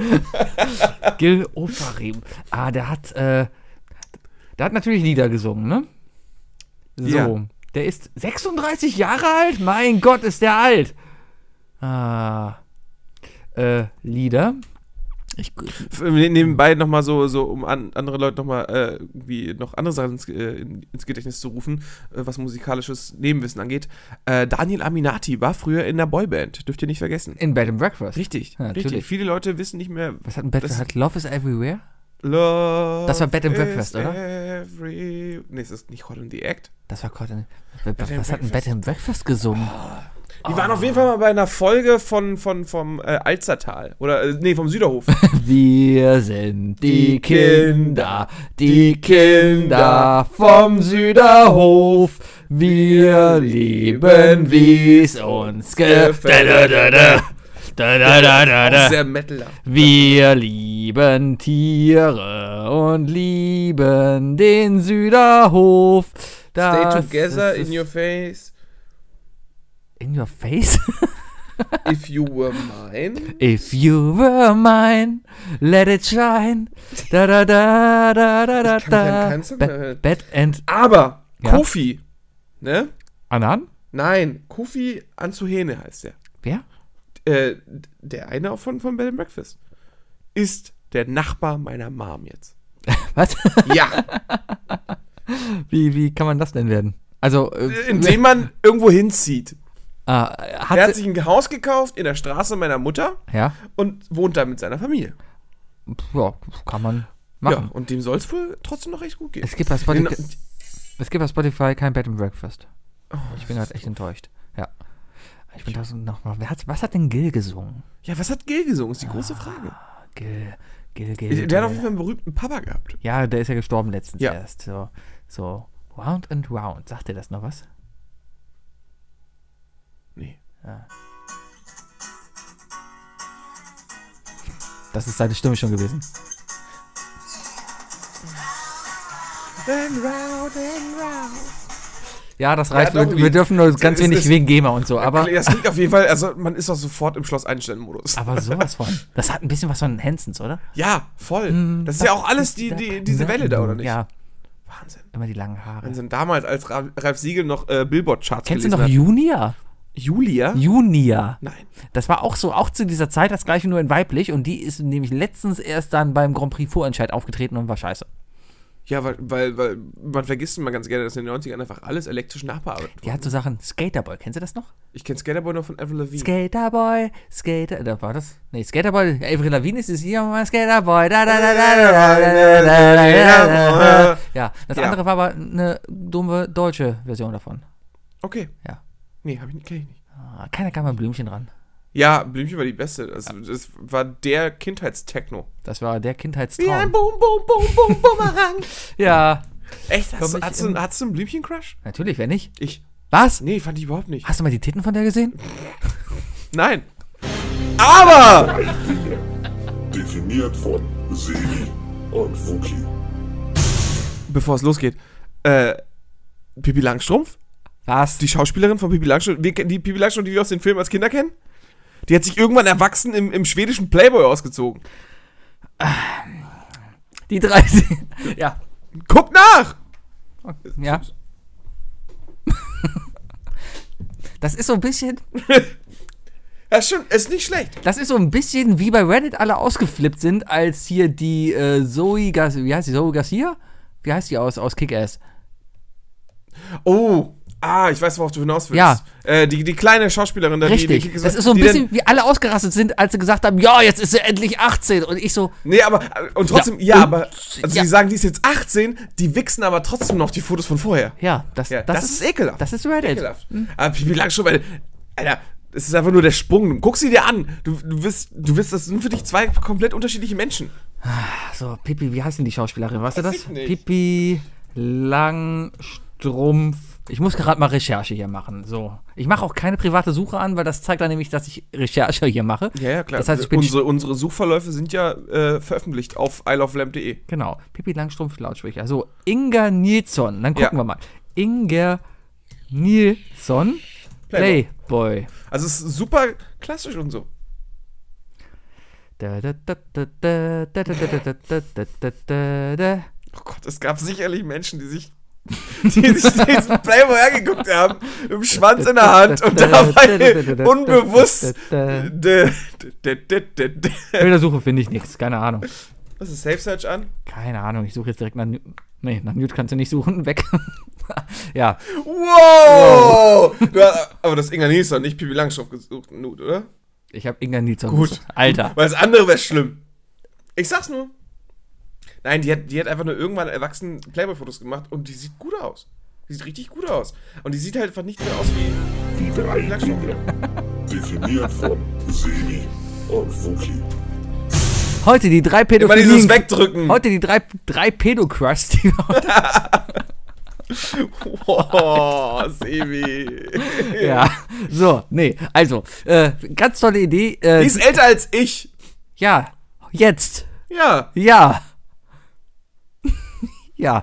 A: Gil Ofarim. Ah, der hat, äh, der hat natürlich Lieder gesungen, ne? So.
B: Ja.
A: Der ist 36 Jahre alt? Mein Gott, ist der alt. Ah. Äh, Lieder. Ich,
B: F- Nebenbei nochmal so, so, um an, andere Leute nochmal äh, irgendwie noch andere Sachen ins, äh, in- ins Gedächtnis zu rufen, äh, was musikalisches Nebenwissen angeht. Äh, Daniel Aminati war früher in der Boyband. Dürft ihr nicht vergessen.
A: in Bed and Breakfast.
B: Richtig,
A: Ja,
B: richtig.
A: natürlich.
B: Viele Leute wissen nicht mehr.
A: Was hat ein Bed
B: Das-
A: hat Love is Everywhere?
B: Love
A: Das war Bed and
B: is
A: Breakfast, oder?
B: Every... Nee, ist das nicht Hot in the Act?
A: Das war Cotton. Was hat ein Bed and Breakfast gesungen?
B: Die waren auf jeden Fall mal bei einer Folge von, von vom äh, Alzertal. Oder, äh, nee, vom Süderhof.
A: Wir sind die Kinder, die
B: Kinder
A: Kinder vom Süderhof. Wir lieben, wie's uns gefällt. Da, da, da, da, da, da, da, da.
B: Sehr metal.
A: Wir lieben Tiere und lieben den Süderhof.
B: Stay
A: Ah, Das
B: together
A: ist-
B: in your face.
A: in your face.
B: If you were mine.
A: If you were mine, let it shine. Da da da da da da
B: Ich kann mich an
A: da.
B: keinen Song mehr
A: Bad,
B: erinnern.
A: Bad and
B: Aber
A: Ja.
B: Kofi, ne?
A: Anan?
B: Nein, Kofi Anzuhene heißt der.
A: Wer?
B: Äh, der eine auch von, von Bed and Breakfast. Ist der Nachbar meiner Mom jetzt.
A: Was?
B: Ja,
A: Wie, wie kann man das denn werden? Also, äh,
B: indem man irgendwo hinzieht.
A: ah,
B: Er
A: hat
B: hat
A: sie,
B: sich ein Haus gekauft in der Straße meiner Mutter
A: ja,
B: und wohnt da mit seiner Familie.
A: pf, ja, kann man machen.
B: Ja, und dem soll es wohl trotzdem noch recht gut gehen.
A: Es gibt bei
B: Den-
A: Spotify, es gibt bei Spotify kein Bed and Breakfast.
B: Oh,
A: ich bin halt echt enttäuscht. Ja. Ich bin tausend nochmal. Wer hat, was hat denn Gil gesungen?
B: Ja, was hat Gil gesungen? Ist die große Frage.
A: Gil, Gil, Gil.
B: Der hat auf
A: Gil.
B: jeden Fall einen berühmten Papa gehabt.
A: Ja, der ist ja gestorben letztens
B: Ja.
A: erst. So, so, round and round. Sagt dir das noch was?
B: Nee.
A: Das ist seine Stimme schon gewesen.
B: Then round and round.
A: Ja, das reicht.
B: doch,
A: wir,
B: wie-
A: wir dürfen nur ganz
B: Es
A: wenig
B: ist-
A: wegen GEMA und so, aber,
B: Das klingt auf jeden Fall, also man ist doch sofort im Schloss einstellen Modus.
A: aber sowas von. Das hat ein bisschen was von Hansons, oder?
B: Ja, voll. Das ist ja auch alles die, die, diese Welle da, oder nicht?
A: Hm. Ja,
B: Wahnsinn.
A: immer die langen Haare.
B: Wahnsinn. Damals, als Ra- Ralf Siegel noch äh, Billboard-Charts
A: Kennst du
B: gelesen
A: noch
B: hat.
A: Junia?
B: Julia?
A: Junia.
B: Nein.
A: Das war auch so, auch zu dieser Zeit das gleiche nur in weiblich und die ist nämlich letztens erst dann beim Grand Prix Vorentscheid aufgetreten und war scheiße.
B: Ja, weil, weil, weil man vergisst immer ganz gerne, dass in den 90ern einfach alles elektrisch nachbearbeitet
A: Die
B: wurde.
A: hat so Sachen, Skaterboy, kennst du das noch?
B: Ich kenne Skaterboy noch von Avril Lavigne.
A: Skaterboy, Skater, da war das. Nee, Skaterboy, Avril Lavigne ist es hier, mal Skaterboy. Da, da, da, da, da, da, da, da, da, da, da. Ja, das
B: Ja.
A: andere war aber eine dumme deutsche Version davon.
B: Okay.
A: Ja.
B: Nee, hab ich, kenn ich nicht.
A: Ah, Keiner kam an Blümchen ran.
B: Ja, Blümchen war die beste. Also, Das war der Kindheitstechno.
A: Das war der Kindheitstraum.
B: Boom, Boom, Boom, Boom, Bumerang.
A: Ja,
B: Echt?
A: Komm
B: Hast, du-
A: ich
B: hast, du,
A: in-
B: hast du einen Blümchen-Crush?
A: natürlich, wer nicht?
B: Ich.
A: Was?
B: Nee, fand ich überhaupt nicht.
A: Hast du mal die Titten von der gesehen?
B: Nein. Aber!
D: Definiert von Sebi und Wookie.
B: Bevor es losgeht, äh, Pippi Langstrumpf?
A: Was?
B: Die Schauspielerin von Pippi Langstrumpf, wir, kennen- die Pippi Langstrumpf, die wir aus den Filmen als Kinder kennen? Die hat sich irgendwann erwachsen im, im schwedischen Playboy ausgezogen.
A: Die 13. ja.
B: Guck nach!
A: Ja. Das ist so ein bisschen,
B: Das ist schon, ist nicht schlecht.
A: das ist so ein bisschen wie bei Reddit alle ausgeflippt sind, als hier die äh, Zoe Garcia, wie heißt die Zoe Garcia? Wie heißt die aus aus Kick-Ass?
B: Oh, ah, ich weiß, worauf du hinaus willst.
A: Ja.
B: Äh, die, die kleine Schauspielerin da, die-
A: Richtig.
B: die, die
A: das ist so ein
B: die
A: bisschen
B: Dann,
A: wie alle ausgerastet sind, als sie gesagt haben, ja, jetzt ist sie endlich 18 und ich so,
B: nee, aber, äh, und trotzdem, ja,
A: Ja.
B: aber, also
A: Ja.
B: die sagen, die ist jetzt 18, die wichsen aber trotzdem noch die Fotos von vorher.
A: ja, das,
B: Ja, das, ist ekelhaft.
A: Das ist Reddit.
B: ekelhaft. Mhm. Ah, Aber Pippi Langstrumpf, Alter, Alter, es ist einfach nur der Sprung. Guck sie dir an. Du, du wirst, du wirst, das sind für dich zwei komplett unterschiedliche Menschen.
A: So, Pippi, wie heißt denn die Schauspielerin? Weißt du
B: Weiß
A: das?
B: ich nicht.
A: Pippi Langstrumpf. Ich muss gerade mal Recherche hier machen. So. Ich mache auch keine private Suche an, weil das zeigt dann nämlich, dass ich Recherche hier mache.
B: Ja, ja, klar.
A: Das heißt, ich bin.
B: unsere, unsere Suchverläufe sind ja äh, veröffentlicht auf isleoflamp.de.
A: Genau. Pippi Langstrumpf Lautsprecher. So, Inga Nilsson. Dann gucken
B: Ja.
A: wir mal. Inga Nilsson.
B: Playboy.
A: Playboy.
B: Also es ist super klassisch und so.
A: Da, da, da, da, da, da, da, da, da, da, da, da, da, da.
B: Oh Gott, es gab sicherlich Menschen, die sich, die sich diesen Playboy angeguckt haben, im Schwanz in der Hand und dabei unbewusst. de- de- de- de- de-
A: Bei der Suche finde ich nichts. Keine Ahnung.
B: Was ist Safe Search an?
A: Keine Ahnung, ich suche jetzt direkt nach Newt. Nee, nach Newt kannst du nicht suchen, weg. ja,
B: Wow! Du hast, aber das Inga Nilsson, nicht Pipi Langstrumpf gesucht, Nut, oder?
A: ich habe Inga Nilsson.
B: Gut.
A: gesucht. Alter.
B: Weil das andere wäre schlimm. Ich sag's nur. Nein, die hat, die hat einfach nur irgendwann erwachsen Playboy-Fotos gemacht und die sieht gut aus. Die sieht richtig gut aus. Und die sieht halt einfach nicht mehr aus wie.
D: Die drei Lieder. Definiert von Sebi und Wookie.
A: Heute die drei
B: Immer dieses
A: Pädophilen.
B: Wegdrücken.
A: Heute die drei, drei Pädocrush, die
B: Oh, Sebi.
A: Ja. So, nee, also, äh, ganz tolle Idee. Äh,
B: Die ist älter als ich.
A: ja, jetzt.
B: Ja.
A: Ja. ja.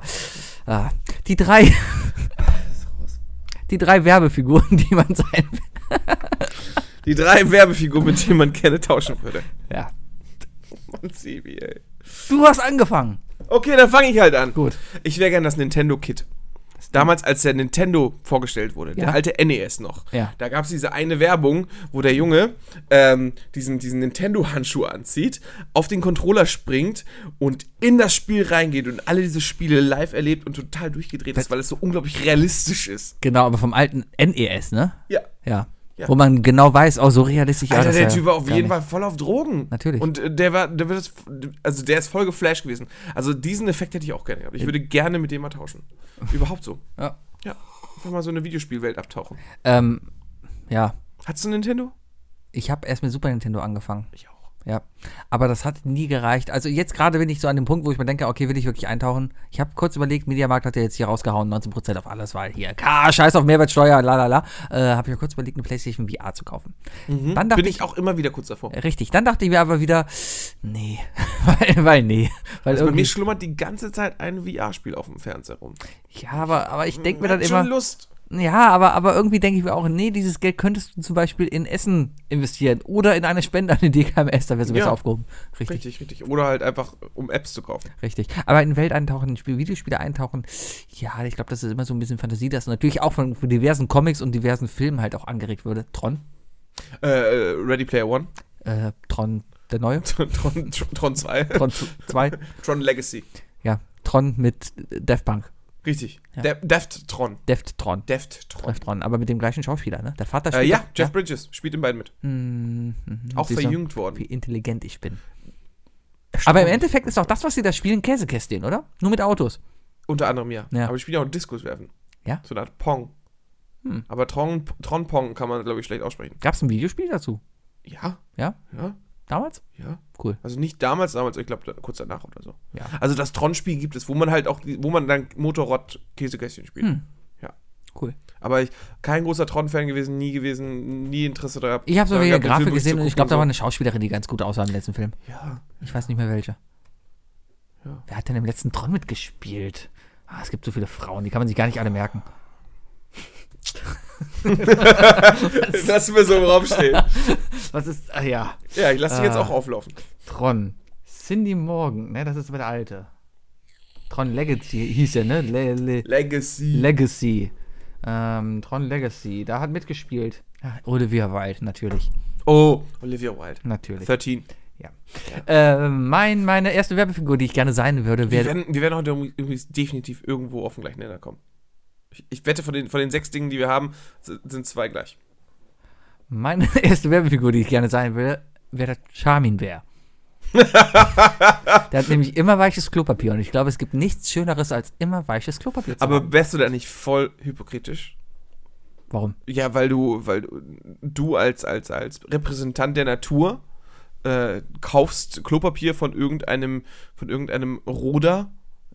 A: Ah, die drei. die drei Werbefiguren, die man sein will.
B: Die drei Werbefiguren, mit denen man gerne tauschen würde.
A: Ja.
B: Mann, Sebi, ey.
A: Du hast angefangen.
B: Okay, dann fange ich halt an.
A: Gut.
B: Ich wäre gern das Nintendo Kit. Damals, als der Nintendo vorgestellt wurde,
A: Ja.
B: der alte NES noch,
A: Ja.
B: da gab es diese eine Werbung, wo der Junge ähm, diesen, diesen Nintendo-Handschuh anzieht, auf den Controller springt und in das Spiel reingeht und alle diese Spiele live erlebt und total durchgedreht ist, weil es so unglaublich realistisch ist.
A: Genau, aber vom alten NES, ne?
B: Ja.
A: Ja.
B: Ja.
A: Wo man genau weiß, auch so realistisch
B: Alter,
A: das
B: der
A: war
B: Typ war auf
A: gar
B: jeden
A: nicht.
B: Fall voll auf Drogen.
A: Natürlich.
B: Und äh, der war, der wird das, also der ist voll geflasht gewesen. Also diesen Effekt hätte ich auch gerne gehabt. Ich würde gerne mit dem mal tauschen. Überhaupt so.
A: Ja.
B: Ja. Einfach mal so eine Videospielwelt abtauchen.
A: Ähm, ja.
B: Hattest du Nintendo?
A: Ich habe erst mit Super Nintendo angefangen.
B: Ich auch.
A: Ja. Aber das hat nie gereicht. Also jetzt gerade bin ich so an dem Punkt, wo ich mir denke, okay, will ich wirklich eintauchen? Ich habe kurz überlegt, Mediamarkt hat ja jetzt hier rausgehauen, 19% auf alles, weil hier, ah, scheiß auf Mehrwertsteuer, lalala. Äh, habe ich mir kurz überlegt, eine Playstation VR zu kaufen. Dann dachte
B: Mhm. Bin ich auch immer wieder kurz davor.
A: Richtig, dann dachte ich mir aber wieder, nee, weil, weil nee. Weil
B: Also bei mir
A: irgendwie,
B: schlummert die ganze Zeit ein VR-Spiel auf dem Fernseher rum.
A: ja, aber, aber ich denke mir dann
B: Hat
A: immer,
B: schon Lust.
A: Ja, aber, aber irgendwie denke ich mir auch, nee, dieses Geld könntest du zum Beispiel in Essen investieren oder in eine Spende an die DKMS, da wärst du
B: Ja.
A: besser aufgehoben. Richtig,
B: Richtig, richtig. Oder halt einfach, um Apps zu kaufen.
A: richtig. Aber in Welt eintauchen, in Spiel, Videospiele eintauchen, ja, ich glaube, das ist immer so ein bisschen Fantasie, das natürlich auch von, von diversen Comics und diversen Filmen halt auch angeregt würde. Tron,
B: Äh, äh, Ready Player One,
A: äh, Tron der Neue,
B: Tron, Tron, Tron 2,
A: Tron 2,
B: Tron Legacy.
A: ja, Tron mit Daft Punk,
B: Richtig.
A: Ja.
B: De Deft Tron.
A: Deft Tron.
B: Deft Tron.
A: Deft Tron, aber mit dem gleichen Schauspieler, ne? Der Vater
B: Äh, ja,
A: doch-
B: Jeff Bridges spielt in beiden mit.
A: Mhm, mhm,
B: Auch
A: siehst du,
B: verjüngt worden.
A: Wie intelligent ich bin. Aber im Endeffekt ist auch das, was sie da spielen, Käsekästchen, oder? Nur mit Autos.
B: Unter anderem ja.
A: Ja.
B: Aber ich spiele auch Diskus werfen.
A: Ja? Hm.
B: So eine Art Pong. Aber Tron, Tronpong kann man, glaube ich, schlecht aussprechen.
A: Gab es ein Videospiel dazu?
B: Ja,
A: Ja?
B: ja,
A: Damals?
B: ja.
A: Cool.
B: Also nicht damals, damals, ich glaube da- kurz danach oder so.
A: Ja.
B: Also das Tron-Spiel gibt es, wo man halt auch, die- wo man dann Motorrad-Käsekästchen spielt.
A: Hm.
B: Ja.
A: Cool.
B: Aber ich kein großer Tron-Fan gewesen, nie gewesen, nie Interesse daran.
A: Ich habe so
B: daran
A: wegen der
B: gehabt, den Film
A: Grafik gesehen und ich glaube, da war
B: durchzugucken
A: eine Schauspielerin, die ganz gut aussah im letzten Film.
B: und so. Ja.
A: Ich weiß nicht mehr welche.
B: Ja.
A: Wer hat denn im letzten Tron mitgespielt? Ah, es gibt so viele Frauen, die kann man sich gar nicht alle merken.
B: Lass mir so im Raum stehen.
A: Was ist. Ah ja.
B: Ja, ich lasse dich jetzt
A: Ah.
B: auch auflaufen.
A: Tron. Cindy Morgan, ne? Das ist aber der alte. Tron Legacy hieß er, ne? Le Le
B: Legacy.
A: Legacy. Ähm, Tron Legacy. Da hat mitgespielt. Ah, Olivia Wilde, natürlich.
B: oh, Olivia Wilde.
A: Natürlich.
B: 13.
A: Ja. Äh, mein, meine erste Werbefigur, die ich gerne sein würde,
B: Wir
A: wäre.
B: werden, wir werden heute um, übrigens definitiv irgendwo auf den gleichen Nenner kommen. Ich, ich wette, von den, von den sechs Dingen, die wir haben, s- sind zwei gleich.
A: Meine erste Werbefigur, die ich gerne sein würde, wäre der Charmin-Bär. der hat nämlich immer weiches Klopapier und ich glaube, es gibt nichts Schöneres als immer weiches Klopapier. Zu
B: Aber
A: haben.
B: wärst du da nicht voll hypokritisch?
A: warum?
B: Ja, weil du, weil du, du als, als, als Repräsentant der Natur äh, kaufst Klopapier von irgendeinem, von irgendeinem Roder,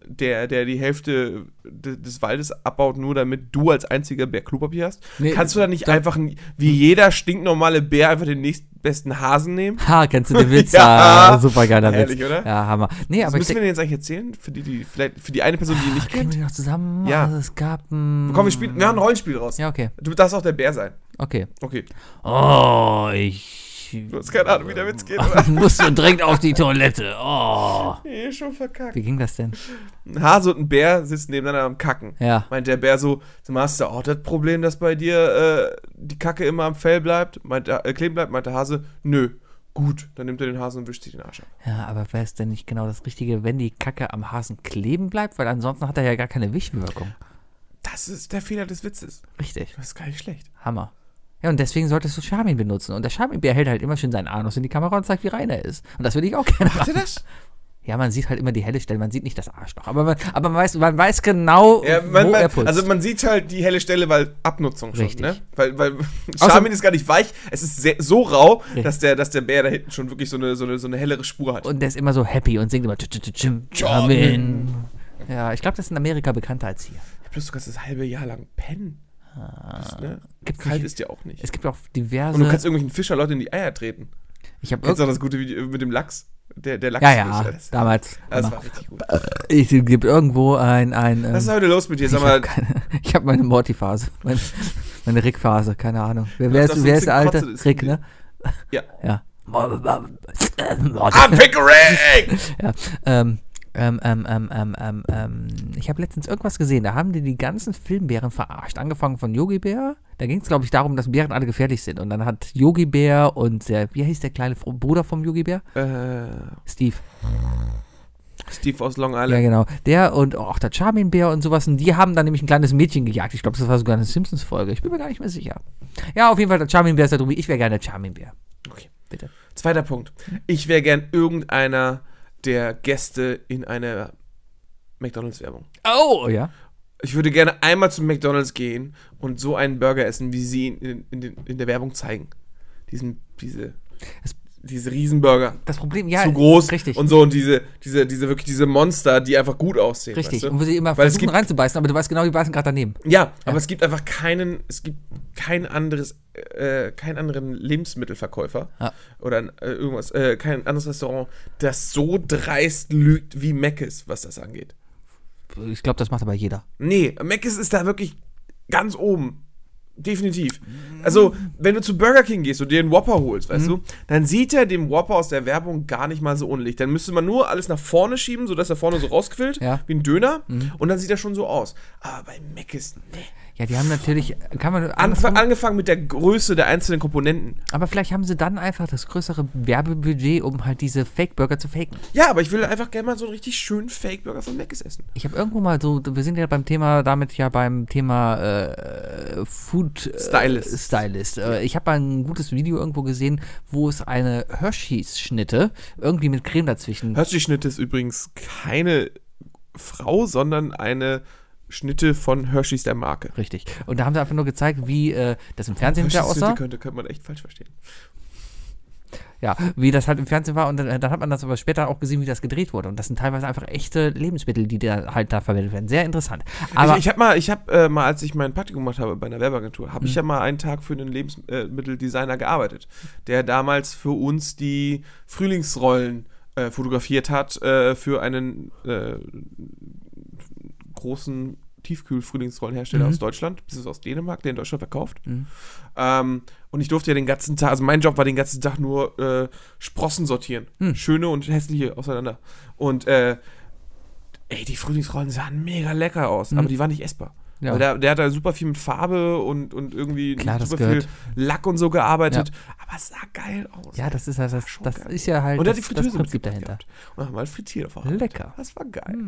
B: der, der die Hälfte de, des Waldes abbaut, nur damit du als einziger Bär Klopapier hast.
A: Nee,
B: Kannst du äh, da nicht
A: da-
B: einfach ein- wie jeder stinknormale Bär einfach den nächstbesten Hasen nehmen?
A: Ha, kennst du den Witz?
B: Ja.
A: ah, super geiler Witz.
B: Herrlich, oder?
A: Ja, Hammer. Nee, aber
B: Das
A: ich
B: Also müssen wir
A: denke,
B: denn jetzt eigentlich erzählen? Für die, die, vielleicht, für die eine Person, die ihn nicht
A: kriegen
B: kennt?
A: wir die noch zusammen?
B: Ja.
A: Also, es gab ein.
B: Komm, wir spielen, wir machen ein Rollenspiel draus.
A: Ja, okay.
B: Du darfst auch der Bär sein.
A: Okay.
B: Okay.
A: Oh, ich.
B: Du hast keine Ahnung, wie der Witz geht. aber-
A: muss so dringend auf die Toilette. Oh.
B: Nee, schon verkackt.
A: Wie ging das denn?
B: ein Hase und ein Bär sitzen nebeneinander am Kacken.
A: Ja.
B: Meint der Bär so, sag mal, hast du auch das Problem, dass bei dir äh, die Kacke immer am Fell bleibt, meint der, äh, kleben bleibt? Meint der Hase, nö. Gut, dann nimmt er den Hasen und wischt sich den Arsch ab.
A: Ja, aber wäre es denn nicht genau das Richtige, wenn die Kacke am Hasen kleben bleibt? Weil ansonsten hat er ja gar keine Wischwirkung.
B: Das ist der Fehler des Witzes.
A: Richtig.
B: Das ist gar nicht schlecht.
A: Hammer. Ja, und deswegen solltest du Charmin benutzen. Und der Charmin-Bär hält halt immer schön seinen Anus in die Kamera und zeigt, wie rein er ist. Und das würde ich auch gerne
B: Macht
A: machen.
B: er das?
A: Ja, man sieht halt immer die helle Stelle, man sieht nicht das Arschloch. Aber man, aber man, weiß, man weiß genau,
B: Ja, man,
A: wo er
B: man,
A: putzt.
B: also man sieht halt die helle Stelle, weil Abnutzung schon,
A: Richtig.
B: ne? Weil, weil Charmin ist gar nicht weich, es ist sehr, so rau, dass der, dass der Bär da hinten schon wirklich so eine, so eine, so eine hellere Spur hat.
A: und der ist immer so happy und singt immer "Tsch, tsch, tsch, tschim, Charmin. Ja, ich glaube, das ist in Amerika bekannter als hier.
B: Plus du kannst das halbe Jahr lang pennen. Das, ne?
A: Ah, Gibt's
B: Kalt
A: nicht-
B: ist dir auch nicht.
A: Es also gibt auch diverse.
B: Und du kannst irgendwelchen Fischerleuten in die Eier treten.
A: ich habe
B: Kennst du auch das gute Video mit dem Lachs? Der, der Lachs.
A: Ja, ja,
B: Das,
A: damals.
B: das
A: Hammer.
B: war richtig gut.
A: Ich, es gibt irgendwo ein. ein ähm,
B: Was Also ist heute los mit dir? Sag
A: ich habe
B: mal,
A: keine, ich hab meine Morty-Phase, meine, meine Rick-Phase, keine Ahnung. Wer, wer,
B: hast
A: ist,
B: doch
A: wer
B: so
A: ist der
B: ein bisschen
A: alte?
B: gekotzt, das
A: Rick, ne?
B: ja. Ah!
A: Ja. Morty.
B: I'm Pickering!
A: Ja. Ähm, ähm, ähm, ähm, ähm, ähm, ähm, ich habe letztens irgendwas gesehen, da haben die die ganzen Filmbären verarscht. Angefangen von Yogi Bär, da ging es, glaube ich, darum, dass Bären alle gefährlich sind. Und dann hat Yogi Bär und der, wie hieß der kleine Fro- Bruder vom Yogi Bär?
B: äh,
A: Steve.
B: Steve aus Long
A: Ja,
B: Island.
A: genau. Der und auch der Charmin-Bär und sowas. Und die haben dann nämlich ein kleines Mädchen gejagt. Ich glaube, das war sogar eine Simpsons-Folge. Ich bin mir gar nicht mehr sicher. Ja, auf jeden Fall, der Charmin-Bär ist da drüben. Ich wäre gerne der Charmin-Bär.
B: Okay.
A: Bitte.
B: Zweiter Punkt. Ich wäre gern irgendeiner der Gäste in einer McDonalds-Werbung.
A: Oh, ja.
B: Ich würde gerne einmal zum McDonalds gehen und so einen Burger essen, wie sie ihn in, in, den- in der Werbung zeigen. Diesen, diese,
A: Es-
B: diese Riesenburger.
A: Das Problem, ja.
B: zu groß
A: Richtig.
B: und so und diese diese diese wirklich diese Monster, die einfach gut aussehen.
A: richtig.
B: weißt du?
A: Und wo sie immer
B: Weil es
A: versuchen
B: gibt-
A: reinzubeißen, aber du weißt genau, die beißen gerade daneben.
B: ja, aber es gibt einfach keinen, es gibt kein anderes, äh, keinen anderen Lebensmittelverkäufer
A: Ja.
B: oder äh, irgendwas, äh, kein anderes Restaurant, das so dreist lügt wie Meckes, was das angeht.
A: Ich glaube, das macht aber jeder.
B: Nee, Meckes ist da wirklich ganz oben. Definitiv. Also, wenn du zu Burger King gehst und dir einen Whopper holst,
A: Mhm.
B: weißt du, dann sieht er dem Whopper aus der Werbung gar nicht mal so unlich. Dann müsste man nur alles nach vorne schieben, sodass er vorne so rausquillt,
A: Ja. Mhm.
B: wie ein Döner, und dann sieht er schon so aus. Aber bei Meckes, nee.
A: Ja, die haben natürlich. Kann man.
B: Anf
A: andersrum-
B: angefangen mit der Größe der einzelnen Komponenten.
A: aber vielleicht haben sie dann einfach das größere Werbebudget, um halt diese Fake-Burger zu faken.
B: Ja, aber ich will einfach gerne mal so einen richtig schönen Fake-Burger von Meckes essen.
A: Ich habe irgendwo mal so, wir sind ja beim Thema, damit ja beim Thema äh, Food äh,
B: Stylist.
A: Stylist. Äh, ich habe mal ein gutes Video irgendwo gesehen, wo es eine Hershey's-Schnitte irgendwie mit Creme dazwischen.
B: Hershey-Schnitt ist übrigens keine Frau, sondern eine Schnitte von Hershey's der Marke.
A: Richtig. Und da haben sie einfach nur gezeigt, wie äh, das im Fernsehen wieder
B: Hershey's Schnitte
A: aussah.
B: könnte, könnte man echt falsch verstehen.
A: Ja, wie das halt im Fernsehen war. Und dann, dann hat man das aber später auch gesehen, wie das gedreht wurde. Und das sind teilweise einfach echte Lebensmittel, die da halt da verwendet werden. Sehr interessant. Aber
B: ich ich habe mal, ich habe äh, mal, als ich mein Praktikum gemacht habe bei einer Werbeagentur, habe ich ja mal einen Tag für einen Lebensmitteldesigner gearbeitet, der damals für uns die Frühlingsrollen äh, fotografiert hat äh, für einen äh, großen Tiefkühl-Frühlingsrollenhersteller
A: Mhm.
B: aus Deutschland, das ist aus Dänemark, der in Deutschland verkauft. Ähm, und ich durfte ja den ganzen Tag, also mein Job war den ganzen Tag nur äh, Sprossen sortieren.
A: Mhm.
B: Schöne und hässliche auseinander. Und äh, ey, die Frühlingsrollen sahen mega lecker aus, aber die waren nicht essbar.
A: Mhm. Ja.
B: Weil der, der hat da super viel mit Farbe und, und irgendwie
A: Klar, das
B: super viel
A: gehört.
B: Lack und so gearbeitet. Aber es sah geil aus.
A: ja, das ist ja das,
B: Schon
A: das
B: geil.
A: ist ja halt
B: und er hat die
A: das, das
B: Fritteuse
A: Prinzip
B: mitgebracht
A: dahinter.
B: gehabt. Und dann haben wir halt frittiert auf der Hand.
A: Lecker. Mhm.
B: Das war geil.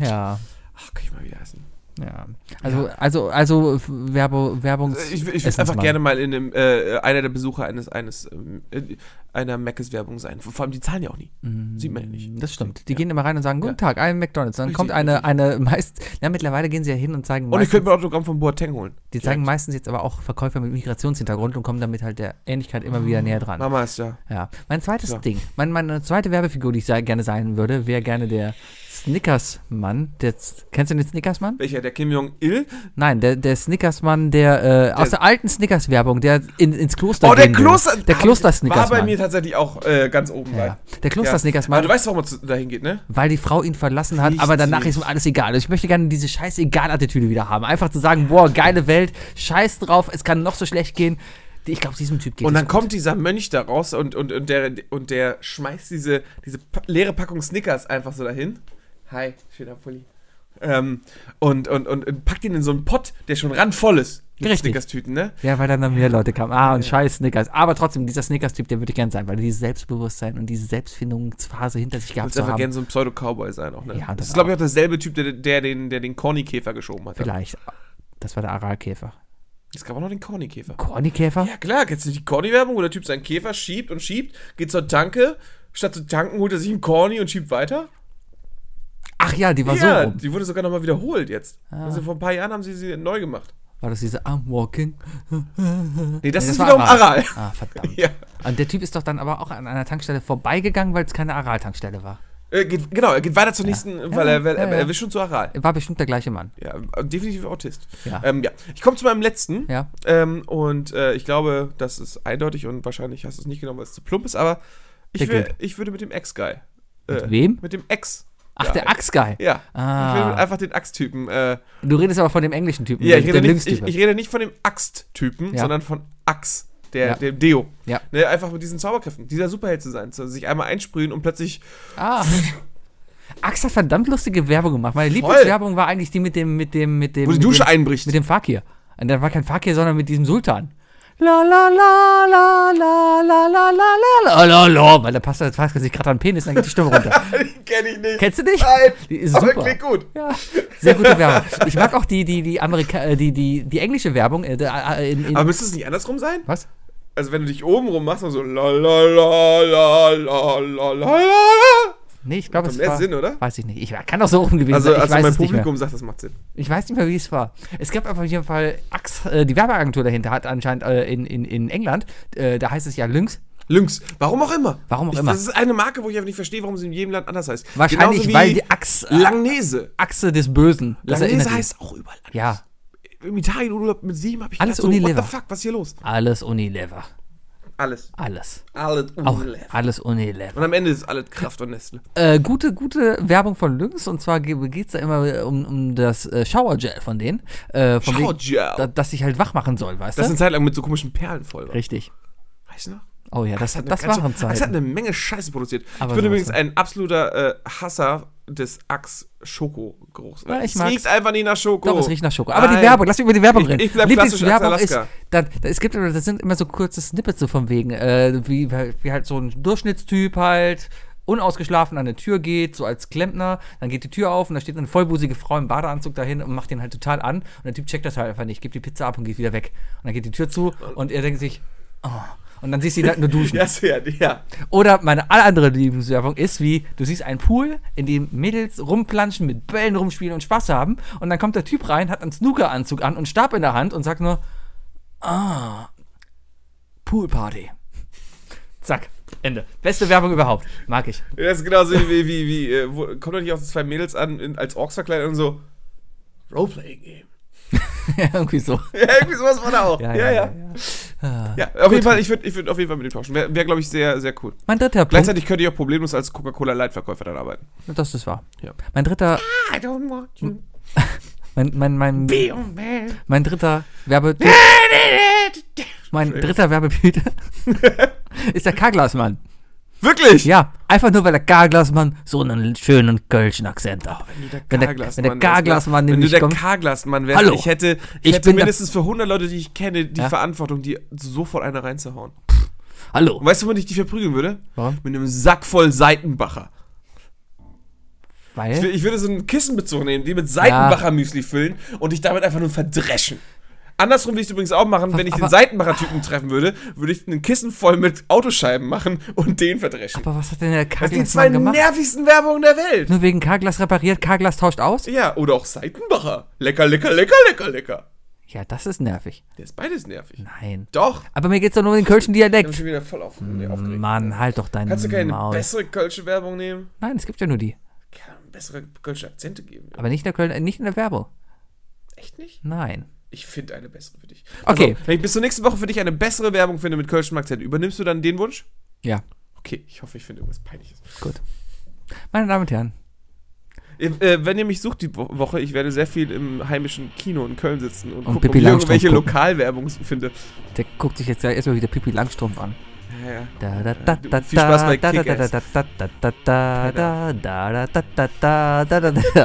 A: Ja,
B: Ach, kann ich mal wieder essen.
A: ja. Also, also, also Werbe, Werbungs.
B: Also Ich, ich würde einfach
A: Essensmann.
B: gerne mal in einem, äh, einer der Besucher eines, eines ähm, äh, einer Mc's-Werbung sein. Vor allem, die zahlen ja auch nie. Sieht man ja nicht.
A: Mm, Das stimmt. Die gehen immer rein und sagen, guten Tag, ein McDonalds. Dann
B: Richtig,
A: kommt eine, eine meist, na, mittlerweile gehen sie ja hin und zeigen
B: Und ich
A: meistens,
B: könnte mir ein Autogramm von Boateng holen.
A: die zeigen meistens jetzt aber auch Verkäufer mit Migrationshintergrund und kommen damit halt der Ähnlichkeit immer wieder näher dran.
B: Mama ist da.
A: Ja. Mein zweites
B: Ah. Ja.
A: Ding, mein, meine zweite Werbefigur, die ich sei, gerne sein würde, wäre gerne der Snickers-Mann. Der Z- Kennst du den Snickers-Mann?
B: Welcher? Der Kim Jong-il?
A: Nein, der, der Snickers-Mann, der, äh, aus der alten Snickers-Werbung, der in, ins Kloster
B: Oh, der
A: gehen will.
B: Kloster.
A: Der
B: War bei mir
A: Kloster-Snickers-Mann.
B: tatsächlich auch äh, ganz oben
A: Ja. Der Kloster-Snickers-Mann.
B: Aber du Also, weißt, warum man zu- dahin geht, ne?
A: weil die Frau ihn verlassen hat, aber danach ist
B: Richtig.
A: ihm alles egal. Ich möchte gerne diese scheiß Egal-Attitüde wieder haben. Einfach zu sagen, boah, geile Welt, scheiß drauf, es kann noch so schlecht gehen. Ich glaube, diesem Typ geht
B: Und
A: es
B: dann
A: gut.
B: kommt dieser Mönch da raus und, und, und, der, und der schmeißt diese, diese pa- leere Packung Snickers einfach so dahin. Hi, schöner Pulli. Ähm, und, und, und, und packt ihn in so einen Pott, der schon randvoll ist. Mit
A: Richtig.
B: Snickers-Tüten, ne?
A: Ja, weil dann noch mehr Leute kamen. Ah, und scheiß Snickers. Aber trotzdem, dieser Snickers-Typ, der würde ich gerne sein, weil er dieses Selbstbewusstsein und diese Selbstfindungsphase hinter sich gehabt
B: Willst
A: zu
B: einfach
A: haben.
B: gerne so ein Pseudo-Cowboy sein auch, ne?
A: Ja, das
B: das ist, glaube ich, auch derselbe Typ, der, der, den, der den Corny-Käfer geschoben hat.
A: Vielleicht. Das war der Aralkäfer.
B: Es gab auch noch den Corny-Käfer.
A: Kornikäfer?
B: Ja klar, kennst du die Corny-Werbung, wo der Typ seinen Käfer schiebt und schiebt, geht zur Tanke, statt zu tanken holt er sich einen Corny und schiebt weiter?
A: Ach ja, die war
B: ja,
A: so rum. Ah.
B: die wurde sogar nochmal wiederholt jetzt. Also vor ein paar Jahren haben sie sie neu gemacht.
A: War das diese I'm walking?
B: Nee, das
A: Nee,
B: ist
A: war
B: wiederum Aral.
A: Ah, verdammt.
B: Ja.
A: Und der Typ ist doch dann aber auch an einer Tankstelle vorbeigegangen, weil es keine Aral-Tankstelle war.
B: Äh, geht, genau, er geht weiter zur nächsten, weil er, weil,
A: ja,
B: er
A: ja.
B: will schon zu Aral.
A: War bestimmt der gleiche Mann.
B: Ja, äh, definitiv Autist.
A: Ja.
B: Ähm, ja. Ich komme zu meinem letzten.
A: Ja.
B: Ähm, und äh, ich glaube, das ist eindeutig und wahrscheinlich hast du es nicht genommen, weil es zu plump ist, aber ich,
A: Der
B: will,
A: gilt.
B: ich würde mit dem Ex-Guy. Mit
A: wem?
B: Mit dem Ex.
A: Ach,
B: Ja,
A: der Axt-Guy.
B: Ja.
A: Ah.
B: Ich will einfach den Axt-Typen. Äh,
A: Du redest aber von dem englischen Typen.
B: ja,
A: dem-
B: ich rede,
A: dem
B: nicht, ich,
A: Lynx-Typen.
B: ich rede nicht von dem Axt-Typen,
A: Ja.
B: sondern von Ax, der,
A: Ja.
B: dem Deo.
A: Ja.
B: Ne, einfach mit diesen Zauberkräften, dieser Superheld zu sein, zu sich einmal einsprühen und plötzlich.
A: Ah. Axt hat verdammt lustige Werbung gemacht. Meine
B: Voll.
A: Lieblingswerbung war eigentlich die mit dem, mit dem, mit dem.
B: Wo die
A: mit
B: Dusche
A: dem,
B: einbricht.
A: Mit dem Fakir. Und da war kein Fakir, sondern mit diesem Sultan. La la la la la la la la la la la la. Weil da passt das Fakir sich gerade an den Penis, dann geht die Stimme runter.
B: Kenn ich nicht.
A: Kennst du nicht?
B: Nein.
A: Die ist
B: aber
A: super.
B: klingt gut.
A: Ja, sehr gute Werbung. Ich mag auch die, die, die, Amerika äh, die, die, die englische Werbung. Äh, da, äh, in, in,
B: Aber müsste es nicht andersrum sein?
A: was?
B: Also wenn du dich oben rum machst, dann so la la la la la la la la.
A: Nee, ich glaube,
B: Macht
A: es
B: mehr
A: war.
B: Sinn, oder?
A: Weiß ich nicht. Ich war, kann doch so oben gewesen
B: Also,
A: sein. Ich
B: also
A: weiß
B: mein
A: es nicht mehr.
B: Publikum sagt, das macht Sinn.
A: Ich weiß nicht mehr, wie es war. Es gab auf jeden Fall Axt, äh, die Werbeagentur dahinter hat anscheinend äh, in, in, in England, äh, da heißt es ja Lynx.
B: Lynx. Warum auch immer.
A: Warum auch
B: ich,
A: immer.
B: Das ist eine Marke, wo ich einfach nicht verstehe, warum sie in jedem Land anders heißt.
A: Wahrscheinlich,
B: Genauso wie
A: weil die Axt-
B: Langnese.
A: Achse des Bösen. Das
B: Langnese
A: mich.
B: heißt auch überall anders.
A: Ja,
B: Im Italienurlaub mit sieben habe ich
A: Alles
B: gedacht, so, what
A: Unilever.
B: the fuck, was ist hier los?
A: alles Unilever.
B: Alles.
A: Alles.
B: Alles
A: Auch
B: Unilever.
A: alles Unilever.
B: Und am Ende ist alles Kraft und Nestle.
A: Äh, gute, gute Werbung von Lynx und zwar geht es da immer äh, um, um das äh, Showergel von denen. Äh, von wegen,
B: Showergel.
A: Da, das sich halt wach machen soll, weißt
B: Das ist
A: du?
B: eine Zeit lang mit so komischen Perlen voll war.
A: Richtig.
B: Weißt du noch?
A: Oh ja, das, das,
B: Das
A: waren
B: Axe hat
A: Zeiten.
B: eine Menge Scheiße produziert.
A: Aber
B: ich bin
A: sowas
B: übrigens
A: von.
B: ein absoluter äh, Hasser des Axe-Schoko-Geruchs.
A: Ja, ich
B: es
A: mag's.
B: riecht einfach nicht nach Schoko.
A: Doch, es riecht nach Schoko. Aber die
B: Nein.
A: Werbung, lass mich über die Werbung
B: Ich-
A: reden.
B: ich bleib
A: Lieblingswerbung
B: klassisch
A: ist,
B: Axel
A: da, da, es gibt, das sind immer so kurze Snippets so von wegen, äh, wie, wie halt so ein Durchschnittstyp halt unausgeschlafen an eine Tür geht, so als Klempner, dann geht die Tür auf und da steht eine vollbusige Frau im Badeanzug dahin und macht den halt total an und der Typ checkt das halt einfach nicht, gibt die Pizza ab und geht wieder weg. Und dann geht die Tür zu und er denkt sich, oh. Und dann siehst du ihn halt nur duschen.
B: Ja, sehr, ja.
A: Oder meine alle andere Lieblingswerbung ist wie, du siehst einen Pool, in dem Mädels rumplanschen, mit Bällen rumspielen und Spaß haben und dann kommt der Typ rein, hat einen Snookeranzug an und Stab in der Hand und sagt nur, ah, Poolparty. Zack, Ende. Beste Werbung überhaupt. Mag ich.
B: Das ist genauso wie, wie, wie äh, wo, kommt doch nicht auf die zwei Mädels an, in, als Orks verkleidet und so, Roleplaying-Game.
A: Ja, Irgendwie so.
B: Ja, irgendwie sowas war da auch. Ja, ja. ja, auf jeden Fall, ich würde ich würd auf jeden Fall mit ihm tauschen. Wäre, wär, glaube ich, sehr, sehr cool.
A: Mein dritter Ah. Punkt,
B: Gleichzeitig könnte ich auch problemlos als Coca-Cola-Leitverkäufer dann arbeiten.
A: das ist wahr.
B: Ja.
A: Mein dritter,
B: I don't want you.
A: mein, mein, mein,
B: man.
A: mein dritter Werbe, mein dritter Werbebild ist der Karglasmann.
B: Wirklich?
A: Ja, einfach nur weil der Karglasmann so einen schönen kölschen Akzent hat. wenn der wenn der Karglasmann
B: ne? wenn du
A: nämlich
B: der
A: kommt,
B: Karglasmann wärst,
A: Hallo.
B: ich hätte, ich
A: Ich
B: hätte
A: bin der-
B: mindestens für 100 Leute, die ich kenne, die
A: Ja.
B: Verantwortung, die sofort eine reinzuhauen.
A: hallo.
B: Und weißt du, womit ich die verprügeln würde?
A: Warum?
B: Mit einem Sack voll Seitenbacher. Ich,
A: Weil,
B: wür- ich würde so einen Kissenbezug nehmen, die mit Seitenbacher-Müsli füllen und dich damit einfach nur verdreschen. Andersrum würde ich es übrigens auch machen, wenn ich den
A: aber-
B: Seitenbacher-Typen treffen würde, würde ich einen Kissen voll mit Autoscheiben machen und den verdreschen.
A: aber was hat denn der
B: Das sind die zwei
A: Karglasmann gemacht? Hm.
B: nervigsten Werbungen der Welt.
A: Nur wegen Karglas repariert, Karglas tauscht aus?
B: Ja, oder auch Seitenbacher. Lecker, lecker, lecker, lecker, lecker.
A: Ja, das ist nervig.
B: Der ist beides nervig.
A: Nein.
B: Doch.
A: Aber mir geht's doch nur um den kölschen
B: Ich bin
A: Dialekt.
B: schon wieder voll auf, nee, aufgeregt.
A: Mann, halt doch deinen
B: Kannst du keine
A: Maul.
B: bessere kölsche Werbung nehmen?
A: Nein, es gibt ja nur die.
B: Kann bessere kölsche Akzente geben.
A: Aber nicht in der, Köln, äh, nicht in der Werbung.
B: Echt nicht?
A: Nein.
B: Ich finde eine bessere für dich.
A: Okay.
B: Also, wenn ich bis zur nächsten Woche für dich eine bessere Werbung finde mit kölschem Akzent, übernimmst du dann den Wunsch?
A: Ja,
B: Okay, ich hoffe, ich finde irgendwas Peinliches.
A: gut. Meine Damen und Herren,
B: Ihr, äh, wenn ihr mich sucht die Wo- Woche, ich werde sehr viel im heimischen Kino in Köln sitzen und,
A: Und
B: gucken, ob
A: Pippi
B: ich irgendwelche
A: Langstrumpf gucken.
B: Lokalwerbung finde.
A: der guckt sich jetzt gleich erstmal wieder Pippi Langstrumpf an.
B: Ja, ja.
A: Da, da, da,
B: Viel
A: da,
B: Spaß bei
A: da, da,
B: Kick-Ass.
A: da, da, da, da, da, da, da, da, da, da, da, da, da, da, da, da, da, da, da, da, da, da,